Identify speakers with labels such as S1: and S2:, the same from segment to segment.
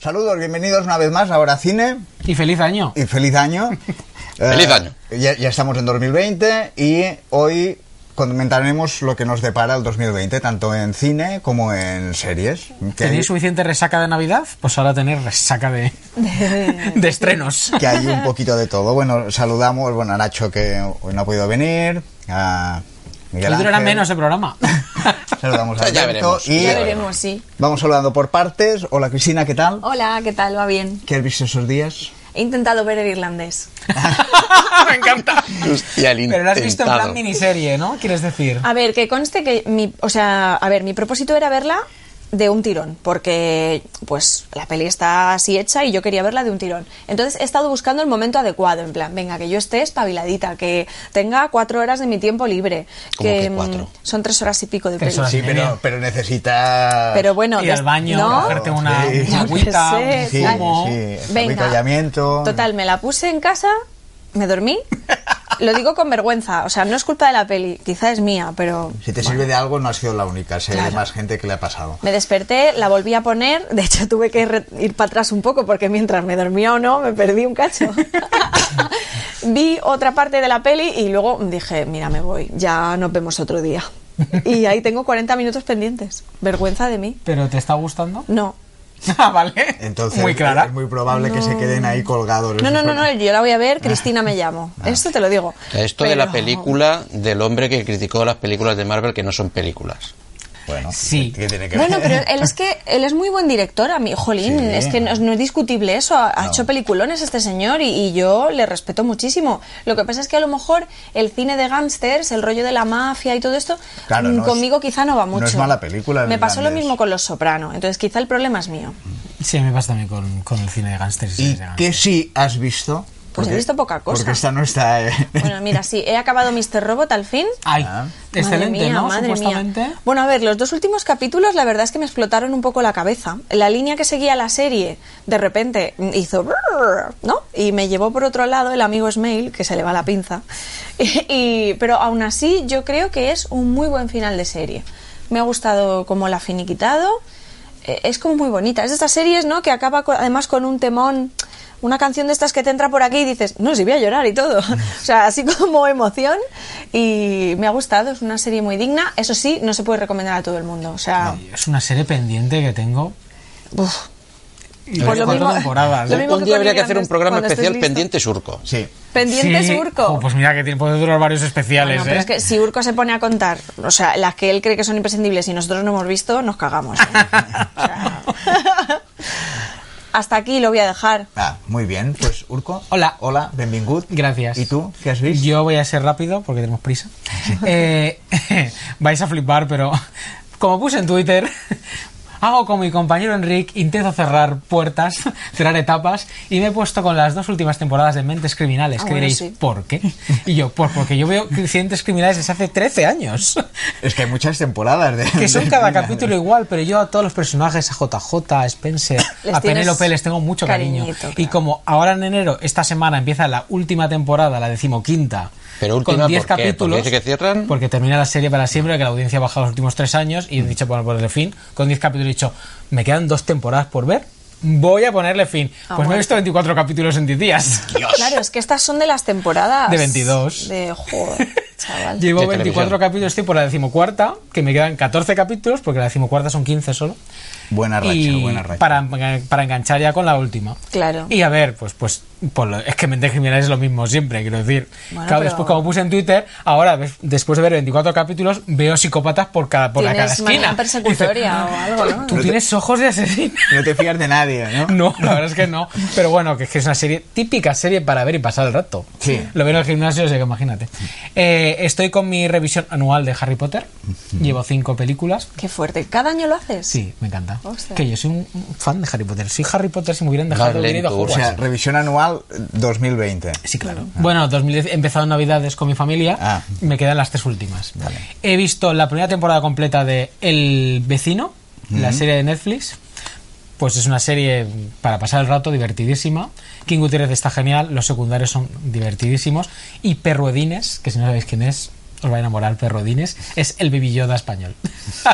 S1: Saludos, bienvenidos una vez más a Hora Cine
S2: Y feliz año.
S1: y feliz año.
S3: Feliz
S1: Eh,
S3: año.
S1: ya, ya estamos en 2020 y hoy comentaremos lo que nos depara el 2020, tanto en cine como en series. Que hay,
S2: ¿Tenéis suficiente resaca de Navidad? Pues ahora tenéis resaca de, de estrenos.
S1: que hay un poquito de todo. Bueno, saludamos bueno, a Nacho que hoy no ha podido venir, a Miguel
S2: Y durará
S1: Ángel.
S2: menos el programa.
S1: Saludamos a
S3: Ya
S1: Alberto
S3: veremos,
S1: y
S3: ya
S4: Ya veremos, sí.
S1: vamos saludando por partes. Hola Cristina, ¿qué tal?
S4: Hola, ¿qué tal? ¿Va bien?
S1: ¿Qué has visto esos días?
S4: He intentado ver el irlandés.
S2: Me encanta.
S3: Hostia, el
S2: Pero lo has visto en
S3: intentado.
S2: plan miniserie, ¿no? ¿Quieres decir?
S4: A ver, que conste que mi, o sea, a ver, mi propósito era verla de un tirón, porque pues la peli está así hecha y yo quería verla de un tirón. Entonces he estado buscando el momento adecuado, en plan, venga, que yo esté espabiladita, que tenga cuatro horas de mi tiempo libre.
S3: ¿Cómo que
S4: mm,
S3: cuatro?
S4: Son tres horas y pico de
S2: Tres
S4: peli.
S2: horas.
S1: Sí, pero, pero necesitas...
S4: Pero bueno,
S2: Ir al
S4: des-
S2: baño,
S4: ¿no?
S2: cogerte una,
S1: Sí.
S2: una agüita,
S4: Yo qué sé,
S1: Sí,
S2: un zumo.
S1: sí. Está muy
S4: Venga.
S1: callamiento.
S4: Total, me la puse en casa, me dormí. Lo digo con vergüenza, o sea, no es culpa de la peli, quizá es mía, pero
S1: Si te sirve de algo, no has sido la única. Sé de más gente que le ha pasado.
S4: me desperté, la volví a poner. De hecho, tuve que re- ir para atrás un poco porque mientras me dormía o no, me perdí un cacho. Vi otra parte de la peli y luego dije, mira, me voy, ya nos vemos otro día. Y ahí tengo 40 minutos pendientes. Vergüenza de mí.
S2: ¿Pero te está gustando?
S4: No.
S2: Ah, vale.
S1: Entonces,
S2: Muy clara.
S1: es muy probable que se queden ahí colgados.
S4: No, no, no, no, yo la voy a ver, Cristina me llamo.
S1: Ah.
S4: Esto te lo digo.
S3: Esto de la
S4: Pero-
S3: película del hombre que criticó las películas de Marvel que no son películas.
S1: Bueno,
S2: Sí.
S1: ¿qué tiene que ver?
S4: Bueno, pero él es que él es muy buen director, a mí, jolín,
S1: Sí.
S4: es que no, es- no es discutible eso, ha, ha hecho peliculones este señor y, y yo le respeto muchísimo. Lo que pasa es que a lo mejor el cine de gángsters, el rollo de la mafia y todo esto,
S1: Claro,
S4: mm,
S1: no es-
S4: conmigo quizá no va
S1: no
S4: mucho.
S1: es mala película,
S4: Me pasó lo
S1: Hernández.
S4: mismo con Los Soprano, entonces quizá el problema es mío.
S2: Sí, me pasa también con, con el cine de gángsters. y
S1: ¿Y
S2: series de
S1: qué
S2: gángsters.
S1: sí has visto?
S4: Pues he visto poca cosa.
S1: Porque esta no está. eh.
S4: Bueno, mira, sí, he acabado Mr. Robot al fin.
S2: Ay,
S1: Ah.
S2: excelente,
S4: madre mía,
S2: ¿no?
S4: madre mía.
S2: Supuestamente.
S4: Bueno, a ver, los dos últimos capítulos la verdad es que me explotaron un poco la cabeza. La línea que seguía la serie de repente hizo... brrr, ¿no? Y me llevó por otro lado el amigo Smail, que se le va la pinza. Y, y- pero aún así yo creo que es un muy buen final de serie. Me ha gustado como la ha finiquitado. Eh, Es como muy bonita. Es de estas series, ¿no? Que acaba co- además con un temón, una canción de estas que te entra por aquí y dices, no, si voy a llorar y todo. O sea, así como emoción. Y me ha gustado, es una serie muy digna. Eso sí, no se puede recomendar a todo el mundo. O sea,
S2: Es una serie pendiente que tengo.
S4: uf.
S2: Y
S4: Pues lo
S2: cuatro
S4: mismo-
S2: temporadas.
S4: Lo
S2: ¿eh?
S4: mismo
S3: un
S4: que
S3: día
S4: con
S3: habría que
S4: Miguel
S3: hacer un
S4: Andrés,
S3: programa
S4: cuando estés
S3: especial
S4: listo.
S3: pendiente surco.
S1: Sí.
S4: pendiente
S2: Sí.
S4: surco.
S2: Oh, pues mira que tiene, puede durar varios especiales,
S4: Bueno, pero
S2: ¿eh?
S4: es que si Urco se pone a contar, o sea, las que él cree que son imprescindibles y nosotros no hemos visto, nos cagamos. ¿eh? O sea, hasta aquí lo voy a dejar.
S1: Ah, muy bien. Pues, Urco.
S2: Hola.
S1: Hola, benvingut.
S2: Gracias.
S1: ¿Y tú? ¿Qué has visto?
S2: Yo voy a ser rápido porque tenemos prisa. Eh, vais a flipar, pero como puse en Twitter, hago con mi compañero Enric, intento cerrar puertas, cerrar etapas y me he puesto con las dos últimas temporadas de Mentes Criminales.
S4: Ah,
S2: que
S4: bueno,
S2: diréis,
S4: sí.
S2: ¿por qué? Y yo, pues porque yo veo Mentes Criminales desde hace 13 años.
S1: Es que hay muchas temporadas de.
S2: Que son
S1: de
S2: cada
S1: Criminal.
S2: capítulo igual, pero yo a todos los personajes, a JJ, a Spencer,
S4: Les
S2: a
S4: tienes
S2: Penélope les tengo mucho cariño.
S4: cariñito,
S2: Y
S4: claro.
S2: como ahora en enero, esta semana empieza la última temporada, la decimoquinta,
S3: Pero última,
S2: con 10
S3: ¿por qué? ¿Porque
S2: capítulos,
S3: dice que cierran?
S2: porque termina la serie para siempre, que la audiencia ha bajado los últimos tres años, y he dicho, bueno, ponerle fin, con 10 capítulos he dicho, me quedan dos temporadas por ver, voy a ponerle fin.
S4: Ah,
S2: Pues me he
S4: bueno.
S2: visto 24 capítulos en 10 días.
S4: Claro, es que estas son de las temporadas.
S2: De 22.
S4: De joder, chaval.
S2: Llevo
S3: De
S2: 24
S3: televisión.
S2: capítulos, estoy por la decimocuarta, que me quedan 14 capítulos, porque la decimocuarta son 15 solo.
S1: Buena racha,
S2: y
S1: buena racha.
S2: Para, para enganchar ya con la última.
S4: Claro.
S2: Y a ver, pues, pues pues lo- es que Mentes Criminales es lo mismo siempre, quiero decir. claro,
S4: Bueno, pero-
S2: después, como puse en Twitter, ahora, des- después de ver 24 capítulos, veo psicópatas por cada, por cada
S4: Tienes
S2: esquina.
S4: manía persecutoria
S2: Dice, "Ah,
S4: o algo, ¿no?
S2: Tú
S1: No te-
S2: tienes ojos de asesino.
S1: No te fías de nadie, ¿no?
S2: No, la verdad es que no. Pero bueno, que es que es una serie, típica serie para ver y pasar el rato.
S1: Sí.
S2: Lo veo en el gimnasio, así que imagínate. Eh, estoy con mi revisión anual de Harry Potter. Llevo cinco películas.
S4: Qué fuerte. ¿Cada año lo haces?
S2: Sí, me encanta.
S4: Hostia.
S2: Que yo soy un un fan de Harry Potter. Soy Harry Potter si me hubieran dejado
S3: Vas
S2: hubiera ido a
S3: lento,
S1: O sea,
S4: Pues-
S2: Hogwarts.
S1: revisión anual eh, 2020.
S2: Sí, claro. Bueno, 2010 he empezado Navidades con mi familia.
S1: Ah.
S2: Me quedan las tres últimas. He visto la primera temporada completa de El vecino, la serie de Netflix. Pues es una serie para pasar el rato divertidísima. King Gutiérrez está genial, los secundarios son divertidísimos. Y Perruedines, que si no sabéis quién es, os va a enamorar Perruedines, es el Baby Yoda español.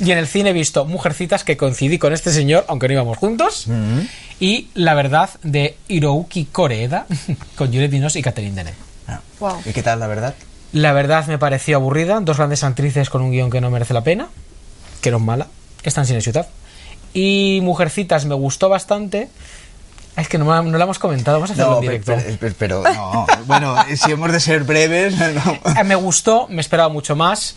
S2: Y en el cine he visto Mujercitas que coincidí con este señor, aunque no íbamos juntos.
S1: Mm.
S2: Y La verdad de Hirouki Koreeda con Juliette Binoche y Catherine Deneuve.
S1: Ah.
S4: Wow.
S1: ¿Y qué tal, la verdad?
S2: La verdad me pareció aburrida. Dos grandes actrices con un guión que no merece la pena, que no es mala. Están sin ciudad. Y Mujercitas me gustó bastante. Ay, Es que no, me- no la hemos comentado, vamos a hacerlo
S1: No,
S2: en
S1: pero,
S2: directo.
S1: pero- pero- pero no. Bueno, eh, si hemos de ser breves, no.
S2: Eh, me gustó, me esperaba mucho más.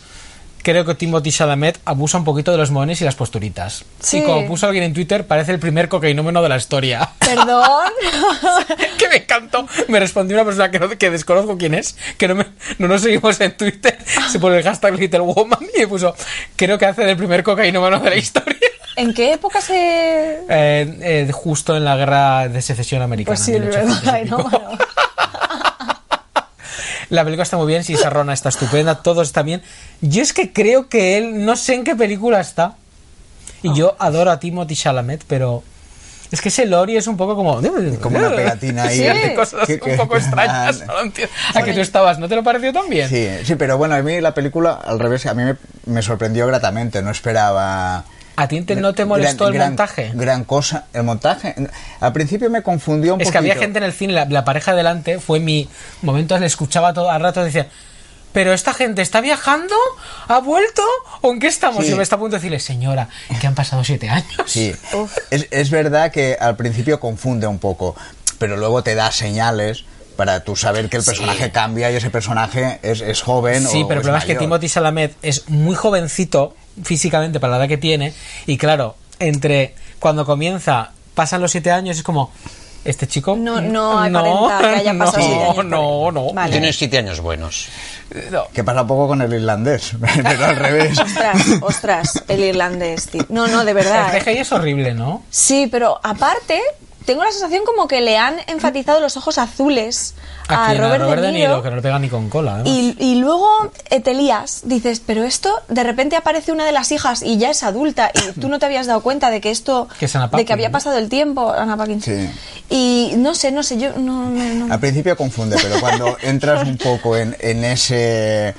S2: Creo que Timothy Chalamet abusa un poquito de los mones y las posturitas.
S4: Sí.
S2: Y como puso alguien en Twitter, parece el primer cocainómeno de la historia.
S4: Perdón.
S2: que me encantó. Me respondió una persona que, no- que desconozco quién es, que no, me- no nos seguimos en Twitter, se pone el hashtag Little Woman y me puso, creo que hace el primer cocainómano de la historia.
S4: ¿En qué época se.?
S2: Eh, eh, justo en la guerra de secesión americana.
S4: Pues sí, el
S2: 1865.
S4: verdadero.
S2: La película está muy bien, sí, Sarrona está estupenda, todo está bien. Yo es que creo que él, no sé en qué película está. Y yo adoro a Timothy Chalamet, pero es que ese Lori es un poco como.
S1: Como una pegatina ahí. ¿eh?
S4: Sí.
S2: Hace cosas
S1: Que- que- Ah,
S2: un poco extrañas. no lo entiendo. A que tú estabas, ¿no te lo pareció tan bien?
S1: Sí, sí, pero bueno, a mí la película, al revés, a mí me, me sorprendió gratamente, no esperaba...
S2: ¿A ti te- no te
S1: gran-
S2: molestó el
S1: gran-
S2: montaje?
S1: Gran cosa, el montaje. Al principio me confundió un
S2: es que
S1: poquito.
S2: había gente en el cine, la, la pareja delante, fue mi momento, le escuchaba todo al rato, decía, pero esta gente está viajando, ha vuelto, ¿o en qué estamos?
S1: Sí.
S2: Y me está a punto de decirle, señora, que han pasado siete años.
S1: Sí, es, es verdad que al principio confunde un poco, pero luego te da señales para tú saber que el personaje cambia y ese personaje es, es joven
S2: Sí,
S1: o
S2: pero el
S1: es
S2: problema es que
S1: mayor.
S2: Timothy Salamed es muy jovencito físicamente para la edad que tiene. Y claro, entre cuando comienza, pasan los siete años, es como. Este chico.
S4: No- no aparenta que hayan
S2: no,
S4: pasado siete años
S2: No,
S4: por
S2: no,
S4: él. Vale.
S3: Tiene siete años buenos.
S2: No.
S1: Que pasa un poco con el irlandés, pero al revés.
S4: Ostras, ostras, el irlandés, tío. No, no, de verdad.
S2: El
S4: ¿eh?
S2: CGI es horrible, ¿no?
S4: Sí, pero aparte, tengo la sensación como que le han enfatizado los ojos azules a,
S2: Aquí en
S4: Robert, De Niro.
S2: que no le pega ni con cola. además.
S4: Y, y luego eh, te lías, dices, pero esto de repente aparece una de las hijas y ya es adulta y tú no te habías dado cuenta de que esto,
S2: Que es Anna
S4: de que
S2: Paquin,
S4: había
S2: ¿no?
S4: pasado el tiempo, Ana Paquin.
S1: Sí.
S4: Y no sé, no sé, yo no, no, no.
S1: Al principio confunde, pero cuando entras un poco en, en ese...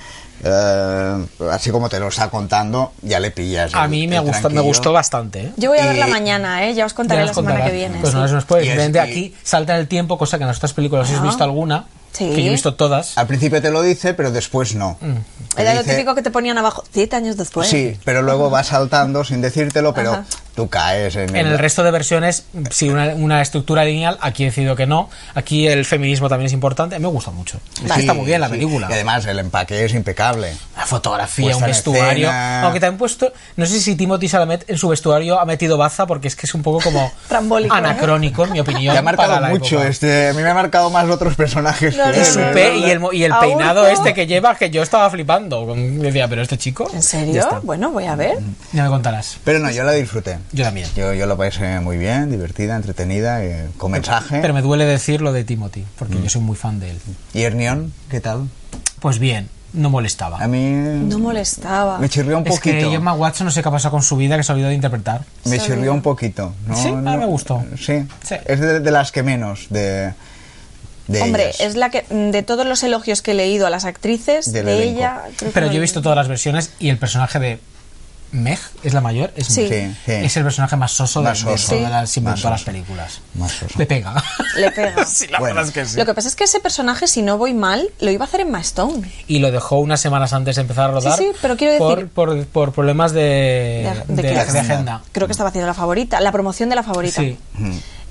S1: eh, así como te lo está contando, ya le pillas.
S2: A
S1: el-
S2: mí me,
S1: el
S2: gustó, me
S1: tranquillo.
S2: gustó bastante. ¿eh?
S4: Yo voy a verla
S1: Y-
S4: mañana, ¿eh? ya os contaré
S2: Ya
S4: la
S2: nos
S4: semana que
S2: contarás.
S4: viene.
S2: Pues no,
S4: sí.
S2: eso no es spoiler.
S1: Y es-
S2: Simplemente
S1: y-
S2: aquí salta en el tiempo, cosa que en las otras películas si has
S4: Ah.
S2: visto alguna,
S4: Sí.
S2: que yo he visto todas.
S1: Al principio te lo dice, pero después no.
S2: Mm.
S1: Te
S4: Era lo
S1: dice-
S4: típico que te ponían abajo, siete años después.
S1: Sí, pero luego va saltando sin decírtelo, pero
S4: Ajá.
S1: tú caes en,
S2: En el resto de versiones, sí, una, una estructura lineal, aquí he decidido que no. Aquí el feminismo también es importante. Me gusta mucho. Es que
S1: Sí,
S2: está muy bien la
S1: sí.
S2: película.
S1: Y además el empaque es impecable.
S2: La fotografía,
S1: Puesta
S2: un
S1: en
S2: vestuario.
S1: escena.
S2: Aunque también puesto. No sé si Timothy Salamet en su vestuario ha metido baza porque es que es un poco como.
S4: Trambólico, ¿eh? ¿no?
S2: Anacrónico, en mi
S1: Y
S2: opinión.
S1: ha marcado
S2: para la
S1: mucho
S2: época.
S1: este. A mí me ha marcado más otros personajes
S4: No,
S1: que
S4: no,
S1: él,
S2: Y
S4: no,
S2: su
S1: ¿eh?
S4: no,
S2: pe- y el, mo- y el peinado
S4: Aún no.
S2: este que lleva, que yo estaba flipando. con- Decía, pero este chico.
S4: ¿En
S2: Ya,
S4: serio?
S2: está.
S4: Bueno, voy a ver.
S1: Mm.
S2: Ya me contarás.
S1: Pero no, yo la disfruté.
S2: Yo también.
S1: Yo, yo la pasé muy bien, divertida, entretenida, eh, con mensaje.
S2: Pero me duele decir lo de Timothy, porque yo soy muy fan de él.
S1: ¿Y Hernión? ¿Qué tal?
S2: Pues bien, no molestaba.
S1: A mí
S4: No molestaba.
S1: me chirrió un
S2: es
S1: poquito.
S2: que Emma Watson no sé qué ha pasado con su vida, que se ha olvidado de interpretar.
S1: Me
S4: Sabía.
S1: chirrió un poquito. ¿no?
S2: Sí, a mí me gustó.
S1: Sí.
S2: Sí.
S1: Es de, de las que menos. De, de
S4: Hombre,
S1: ellas.
S4: es la que mm, de todos los elogios que he leído a las actrices,
S1: Del
S4: de
S1: elenco.
S4: ella. creo que
S2: Pero
S4: no-
S2: yo he visto todas las versiones y el personaje de Meg, es la mayor, es,
S4: Sí.
S2: Meg.
S1: Sí, sí.
S2: es el personaje más soso de-
S1: Más
S2: de,
S1: soso.
S2: todas las, siempre en
S1: Más
S2: todas las
S1: soso.
S2: películas.
S1: Más soso.
S2: Le pega.
S4: Le pega.
S2: sí, la
S1: Bueno.
S2: verdad es que sí.
S4: Lo que pasa es que ese personaje, si no voy mal, lo iba a hacer en My Stone.
S2: y lo dejó unas semanas antes de empezar a rodar
S4: Sí, sí, pero quiero
S2: por,
S4: decir-
S2: por, por problemas de,
S4: De-
S2: Eh,
S4: de
S2: de-
S4: clase.
S2: de agenda.
S4: Creo que estaba haciendo la favorita, la promoción de la favorita.
S2: Sí.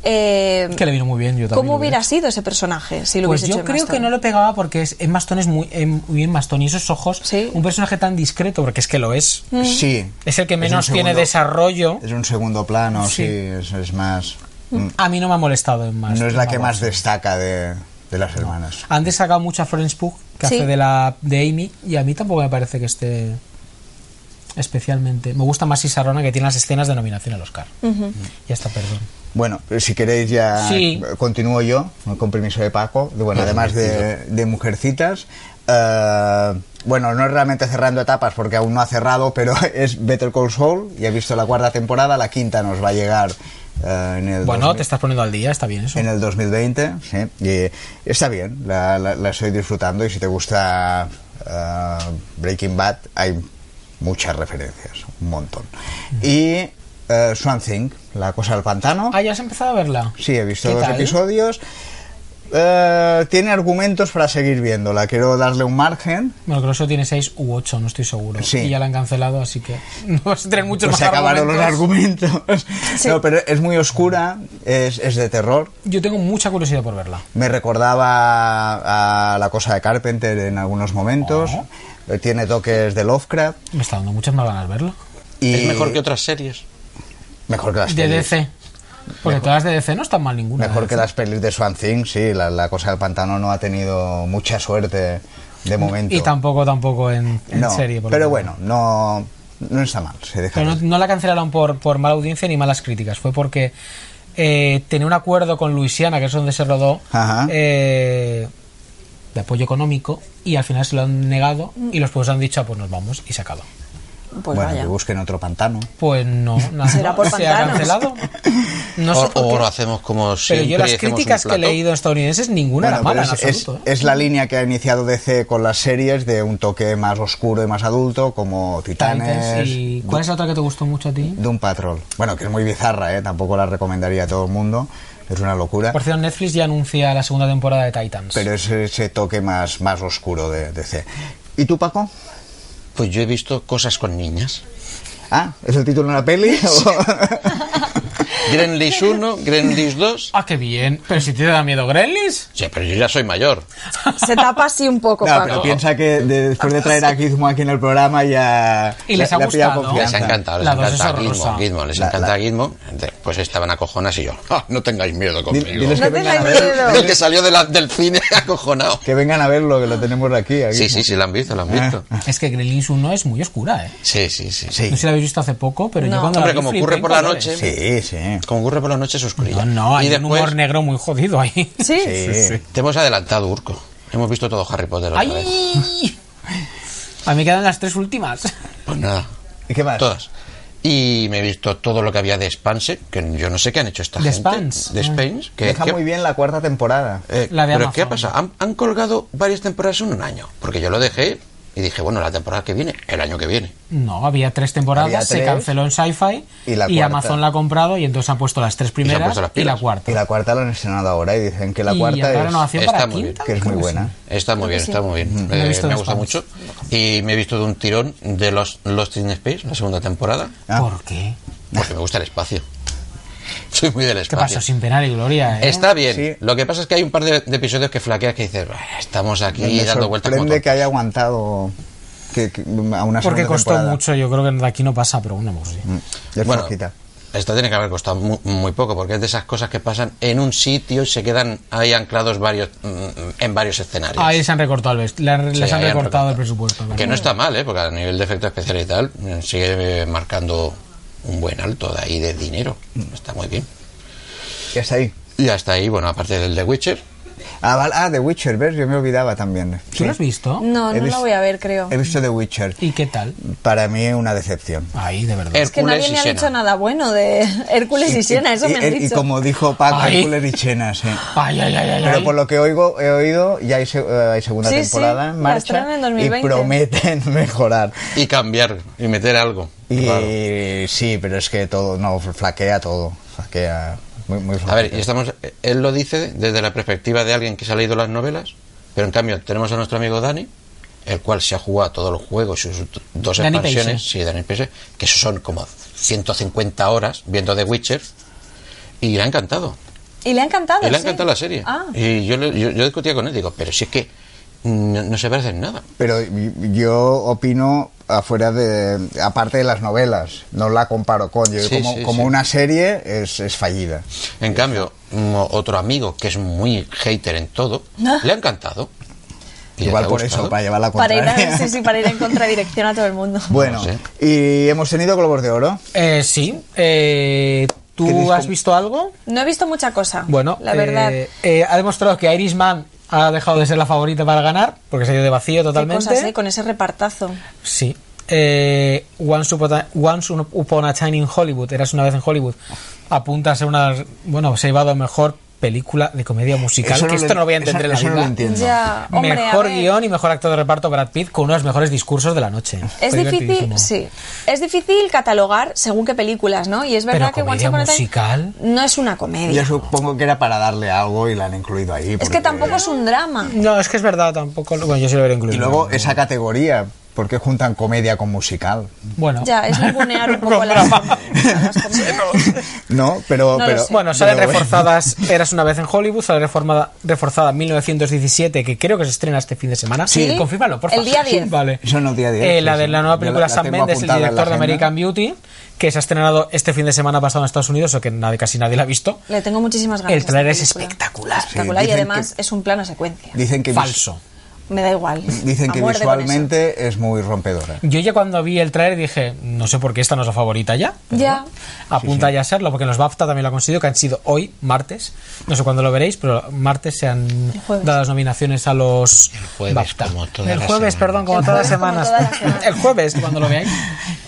S4: eh,
S2: Que le vino muy bien, yo también.
S4: ¿Cómo
S2: lo hubiera
S4: hubiera sido ese personaje si lo
S2: Pues
S4: hubiese
S2: yo
S4: hecho
S2: creo que no lo pegaba porque es, en Maston es muy, en, muy en Maston y esos ojos,
S4: Sí.
S2: un personaje tan discreto, porque es que lo es,
S4: Mm.
S1: Sí.
S2: es el que
S1: un
S2: menos tiene
S1: segundo-
S2: desarrollo,
S1: Es un segundo plano, sí,
S2: Sí.
S1: es, es más.
S4: Mm.
S1: Mm.
S2: a mí no me ha molestado en Maston.
S1: No es la que más
S2: vamos.
S1: destaca de, de las hermanas.
S2: Han destacado mucho a Florence Pugh, que
S4: Sí.
S2: hace de, la, de Amy, y a mí tampoco me parece que esté especialmente. Me gusta más Isarona, que tiene las escenas de nominación al Oscar. Ya está, perdón.
S1: Bueno, si queréis ya
S2: Sí.
S1: continúo yo, con permiso de Paco, de- bueno, además de, de Mujercitas. Eh, bueno, no es realmente cerrando etapas porque aún no ha cerrado, pero es Better Call Saul, ya he visto la cuarta temporada, la quinta nos va a llegar eh, en el
S2: Bueno,
S1: 2000.
S2: te estás poniendo al día, está bien eso.
S1: en el 2020. Sí, y eh, está bien, la, la- la estoy disfrutando y si te gusta eh, Breaking Bad hay muchas referencias, un montón. Y eh, Swamp Thing, la cosa del pantano.
S2: Ah, ya has empezado a verla.
S1: Sí, he visto
S2: ¿Qué
S1: dos
S2: tal?
S1: episodios. Eh, tiene argumentos para seguir viéndola, quiero darle un margen.
S2: Bueno, creo que eso tiene 6 u 8, no estoy seguro.
S1: Sí.
S2: Y ya la han cancelado, así que no vas a tener muchos
S1: Pues
S2: más
S1: se acabaron
S2: argumentos.
S1: los argumentos. No, pero es muy oscura, es, es de terror.
S2: Yo tengo mucha curiosidad por verla.
S1: Me recordaba a la cosa de Carpenter en algunos momentos.
S2: Ah.
S1: Eh, Tiene toques de Lovecraft.
S2: Me está dando muchas más ganas verla.
S1: Y
S3: Es mejor que otras series.
S1: Mejor que las
S2: De Ah,
S1: pelis.
S2: DC. Porque todas de DC no están mal ninguna.
S1: Mejor que
S2: DC.
S1: las pelis de Swan Thing, sí. La, la cosa del pantano no ha tenido mucha suerte de momento.
S2: Y tampoco, tampoco en, en
S1: No,
S2: serie. por lo
S1: pero bueno,
S2: menos.
S1: no, no está mal. Se deja
S2: Pero no,
S1: ver.
S2: no la cancelaron por, por mala audiencia ni malas críticas. Fue porque eh, tenía un acuerdo con Luisiana, que es donde se rodó,
S1: Ajá.
S2: eh, de apoyo económico, y al final se lo han negado y los pueblos han dicho, "Ah, pues nos vamos, y se acaba.
S4: Pues
S1: bueno,
S4: vaya.
S1: que busquen otro pantano.
S2: Pues no, nada.
S4: Será por
S2: se ha
S4: pantanos.
S2: cancelado. No
S3: o
S2: sé por
S3: o
S2: qué.
S3: lo hacemos como
S2: Pero
S3: siempre.
S2: yo
S3: y
S2: las
S3: hacemos un
S2: críticas que he
S3: plató.
S2: leído estadounidenses, ninguna
S1: Bueno,
S2: era
S1: pero
S2: mala
S1: es,
S2: en
S1: es-
S2: absoluto. ¿eh?
S1: es la línea que ha iniciado DC con las series de un toque más oscuro y más adulto, como Titanes,
S2: ¿Y cuál es la otra que te gustó mucho a ti?
S1: de un patrón. Bueno, que es muy bizarra, ¿eh? tampoco la recomendaría a todo el mundo, es una locura,
S2: Por cierto, Netflix ya anuncia la segunda temporada de Titans.
S1: pero es ese toque más, más oscuro de DC. ¿Y tú, Paco?
S3: Pues yo he visto cosas con niñas.
S1: Ah, ¿es el título de una peli? O-
S3: Gremlins 1, Gremlins 2.
S2: Ah, qué bien. Pero si te da miedo Gremlins.
S3: Ya, pero yo ya soy mayor.
S4: Se tapa así un poco,
S1: no, pero
S4: Paco.
S1: piensa que de- después de traer a Gizmo aquí en el programa ya...
S2: Y les
S1: le-
S2: ha
S1: le pillado
S2: gustado.
S1: confianza.
S3: Les ha encantado, les
S2: La dos
S3: encanta
S2: es horrorosa.
S3: Gizmo, Gizmo, les
S1: La-
S3: encanta
S1: la-
S3: Gizmo. Pues estaban acojonas y yo, "Ah, no tengáis miedo
S1: Di-
S3: conmigo.
S1: Diles que
S4: No
S1: vengan, a
S4: tengáis
S1: ver-
S4: miedo.
S3: El que salió de la- del cine acojonado.
S1: que vengan a verlo, que lo tenemos aquí. a
S3: Sí,
S1: Gizmo.
S3: sí, sí, lo han visto, lo han visto.
S2: Es que Gremlins 1 es muy oscura, ¿eh?
S3: Sí, sí, sí.
S1: Sí.
S2: No sé si la habéis visto hace poco, pero yo
S4: No.
S2: cuando la
S3: Hombre,
S2: vi
S3: como
S2: flipé
S3: ocurre
S2: en
S3: por la
S2: colores.
S3: noche.
S1: Sí, sí.
S3: Como ocurre por la noche es
S2: No,
S3: oscurilla.
S2: no, hay
S3: y
S2: un
S3: después
S2: humor negro muy jodido ahí.
S4: Sí.
S1: Sí.
S3: te hemos adelantado, Urco. Hemos visto todo Harry Potter otra vez.
S2: ¡Ay! A mí quedan las tres últimas.
S3: Pues nada,
S1: ¿Y qué más?
S3: todas. Y me he visto todo lo que había de Expanse, que yo no sé qué han hecho esta
S2: De
S3: gente.
S2: Expanse.
S3: De Expanse. Que,
S1: Deja
S3: que-
S1: muy bien la cuarta temporada.
S3: eh,
S2: La de
S3: pero
S2: Amazon.
S3: ¿qué ha pasado? Han, han colgado varias temporadas en un año. Porque yo lo dejé y dije, bueno, la temporada que viene, el año que viene.
S2: No, había tres temporadas,
S1: Había
S2: se
S1: tres.
S2: canceló en Sci-Fi
S1: Y la cuarta.
S2: Amazon la ha comprado y entonces han puesto las tres
S3: han
S2: primeras
S3: puesto las
S2: y la
S3: pilas.
S2: cuarta.
S1: Y la cuarta la han estrenado ahora y dicen que la
S2: Y
S1: cuarta
S2: habrá
S1: es,
S2: renovación
S3: está
S2: para
S3: muy
S2: quinta,
S1: que es muy
S2: creo sí.
S1: buena.
S3: Está muy bien, está muy bien.
S2: No he
S3: Eh,
S2: visto
S3: me
S2: The
S3: gusta mucho.
S2: Expanse.
S3: Y me he visto de un tirón de los Lost in Space, la segunda temporada,
S1: Ah.
S2: ¿Por qué?
S3: porque me gusta el espacio. Soy muy del
S2: ¿Qué
S3: espacio.
S2: pasó? Sin penar y gloria, ¿eh?
S3: Está bien.
S1: Sí.
S3: Lo que pasa es que hay un par de, de episodios que flaqueas que dices, "Bah, estamos aquí
S1: Me
S3: dando vueltas como
S1: sorprende que
S3: tontos".
S1: haya aguantado que, que- a una
S2: Porque
S1: segunda
S2: costó
S1: temporada. Mm,
S2: mucho, yo creo que de aquí no pasa, pero bueno, pues sí.
S1: Es
S3: Bueno,
S1: flojita.
S3: esto tiene que haber costado mu- muy, poco, porque es de esas cosas que pasan en un sitio y se quedan ahí anclados varios mm, en varios escenarios.
S2: Ahí se han recortado el vest- le han-
S3: Sí,
S2: les han
S3: ahí han
S2: recortado el
S3: recortado.
S2: presupuesto. ¿verdad?
S3: Que no está mal, ¿eh? porque a nivel de efecto especial y tal, mm, sigue eh, marcando un buen alto de ahí de dinero.
S2: Mm.
S3: Está muy bien.
S1: Ya está ahí.
S3: Y hasta ahí, bueno, aparte del de Witcher,
S1: Ah, val- ah, The Witcher, ¿ves? Yo me olvidaba también.
S2: ¿Tú lo has visto?
S4: No,
S1: He
S4: no la
S1: visto-
S4: voy a ver, creo.
S1: He visto The Witcher.
S2: ¿Y qué tal?
S1: Para mí una decepción.
S2: Ahí, de verdad.
S4: Es que
S3: Hércules
S4: nadie
S3: y
S4: me ha
S3: Xena.
S4: dicho nada bueno de Hércules y Siena, eso
S1: y-
S4: me han
S1: y- y
S4: dicho.
S1: como dijo Paco,
S2: Ay.
S1: Hércules y Chena, sí.
S2: Ay, ay, ay, ay.
S1: Pero
S2: ay.
S1: por lo que oigo, he oído, ya hay, se- eh, hay segunda
S4: Sí, sí,
S1: temporada en
S4: la
S1: marcha
S4: estrenan en 2020.
S1: y prometen mejorar.
S3: y cambiar y meter algo.
S1: Y
S3: Claro.
S1: sí, pero es que todo, no, flaquea todo, flaquea muy, muy
S3: A ver,
S1: flojito.
S3: y estamos, eh, él lo dice desde la perspectiva de alguien que se ha leído las novelas, pero en cambio tenemos a nuestro amigo Dani, el cual se ha jugado todos los juegos y sus dos
S2: Dani
S3: expansiones,
S2: Pace.
S3: sí, Dani Pace, que son como 150 horas viendo The Witcher, y le ha encantado.
S4: Y le ha encantado.
S3: Y le ha
S4: sí.
S3: encantado la serie.
S4: Ah.
S3: Y yo, le- yo, yo discutía con él, digo, pero si es que no, no se parecen nada.
S1: Pero yo opino afuera de aparte de las novelas no la comparo con yo
S3: Sí,
S1: como,
S3: sí,
S1: como
S3: sí.
S1: una serie es, es fallida
S3: En cambio, mm, otro amigo que es muy hater en todo,
S2: Ah.
S3: le ha encantado. Y le
S1: igual
S3: ha
S1: por
S3: gustado.
S1: eso para llevar la
S4: Para ir,
S1: contraria
S4: a, sí, sí, para ir en contradirección a todo el mundo.
S1: bueno
S3: No sé.
S1: y hemos tenido globos de oro
S2: Eh, sí. eh,
S1: ¿Queréis
S2: ¿Tú has
S1: com-
S2: visto algo?
S4: No he visto mucha cosa.
S2: Bueno,
S4: la verdad.
S2: eh, eh, ha demostrado que Iris Man ha dejado de ser la favorita para ganar, porque se ha ido de vacío
S4: Qué
S2: totalmente.
S4: cosas, ¿eh? Con ese repartazo.
S2: Sí. Eh, Once, upon a, Once Upon a Time in Hollywood, eras una vez en Hollywood, apunta a ser una. Bueno, se ha llevado a mejor película de comedia musical,
S1: Eso
S2: que
S1: no
S2: esto
S1: lo-
S2: no lo voy a entender
S1: eso-
S2: en la
S1: eso no
S2: vida.
S1: lo entiendo.
S4: Ya, hombre,
S2: mejor
S4: a ver.
S2: guión y mejor actor de reparto Brad Pitt con uno de los mejores discursos de la noche.
S4: Es
S2: Fue
S4: difícil,
S2: divertidísimo.
S4: sí. Es difícil catalogar según qué películas, ¿no? Y es
S2: Pero
S4: verdad que Once
S2: comedia
S4: Upon a Time
S2: musical.
S4: no es una
S1: yo
S4: comedia.
S1: supongo que era para darle algo y la han incluido ahí
S4: Es
S1: porque-
S4: que tampoco es un drama.
S2: No, es que es verdad, tampoco. Bueno, yo sí lo hubiera incluido.
S1: y luego eh, esa categoría ¿por qué juntan comedia con musical
S2: Bueno.
S4: Ya, es ningunear un poco
S2: Con
S4: las,
S2: drama.
S4: las comedias.
S1: no pero
S4: No lo
S1: pero
S4: sé.
S2: Bueno, sale
S1: pero-
S2: reforzadas Eras una vez en Hollywood, sale reformada, reforzada 1917, que creo que se estrena este fin de semana.
S4: Sí.
S2: confírmalo, por
S4: El
S2: favor.
S4: día 10.
S2: Vale.
S1: Eso no, día 10,
S2: Eh, la
S1: sí,
S2: de
S1: sí.
S2: la
S1: Yo
S2: nueva
S1: la-
S2: película
S1: la
S2: Sam
S1: tengo
S2: Mendes, el
S1: apuntada en la
S2: director de
S1: agenda.
S2: American Beauty, que se ha estrenado este fin de semana pasado en Estados Unidos, o que nadie, casi nadie la ha visto.
S4: Le tengo muchísimas ganas.
S2: El
S4: a esta
S2: trailer es
S4: película.
S2: espectacular.
S4: Espectacular
S1: Sí,
S4: y
S1: dicen
S4: además es un plano secuencia.
S1: dicen que vis-
S2: Falso.
S4: Me da igual.
S1: dicen
S4: A
S1: que
S4: muerte con
S1: visualmente es muy rompedora
S2: Yo ya cuando vi el trailer dije, no sé por qué esta no es la favorita ya. pero
S4: Ya.
S2: bueno, apunta ya a serlo, porque en los BAFTA también lo han conseguido, que han sido hoy, martes. No sé cuándo lo veréis, pero martes se han
S4: jueves.
S2: dado las nominaciones a los
S3: El jueves,
S2: BAFTA.
S3: como todas
S2: el
S3: las
S2: jueves,
S3: semanas.
S2: perdón, como
S4: El
S2: todas las
S4: jueves, como
S2: semanas.
S4: todas las semanas.
S2: el jueves, cuando lo veáis.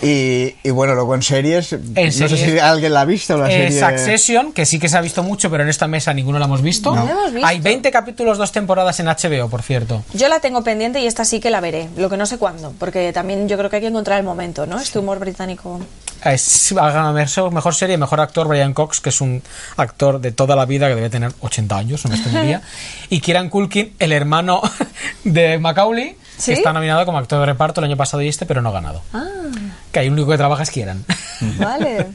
S1: Y, y bueno, luego en series, no sé
S2: series-
S1: si alguien la ha visto la
S2: Eh,
S1: serie.
S2: Succession, que sí que se ha visto mucho, pero en esta mesa ninguno la hemos visto.
S4: No. No la hemos visto.
S2: Hay 20 capítulos, dos temporadas en HBO, por cierto.
S4: eso. Yo la tengo pendiente y esta sí que la veré. Lo que no sé cuándo. Porque también yo creo que hay que encontrar el momento, ¿no? Este humor británico.
S2: Es, ha ganado mejor, mejor serie, mejor actor Brian Cox, que es un actor de toda la vida que debe tener 80 años, no me extrañaría. y Kieran Culkin, el hermano de Macaulay,
S4: ¿Sí? Ah.
S2: que está nominado como actor de reparto el año pasado y este, pero no ha ganado. Que hay un único que trabaja es Kieran.
S4: Vale.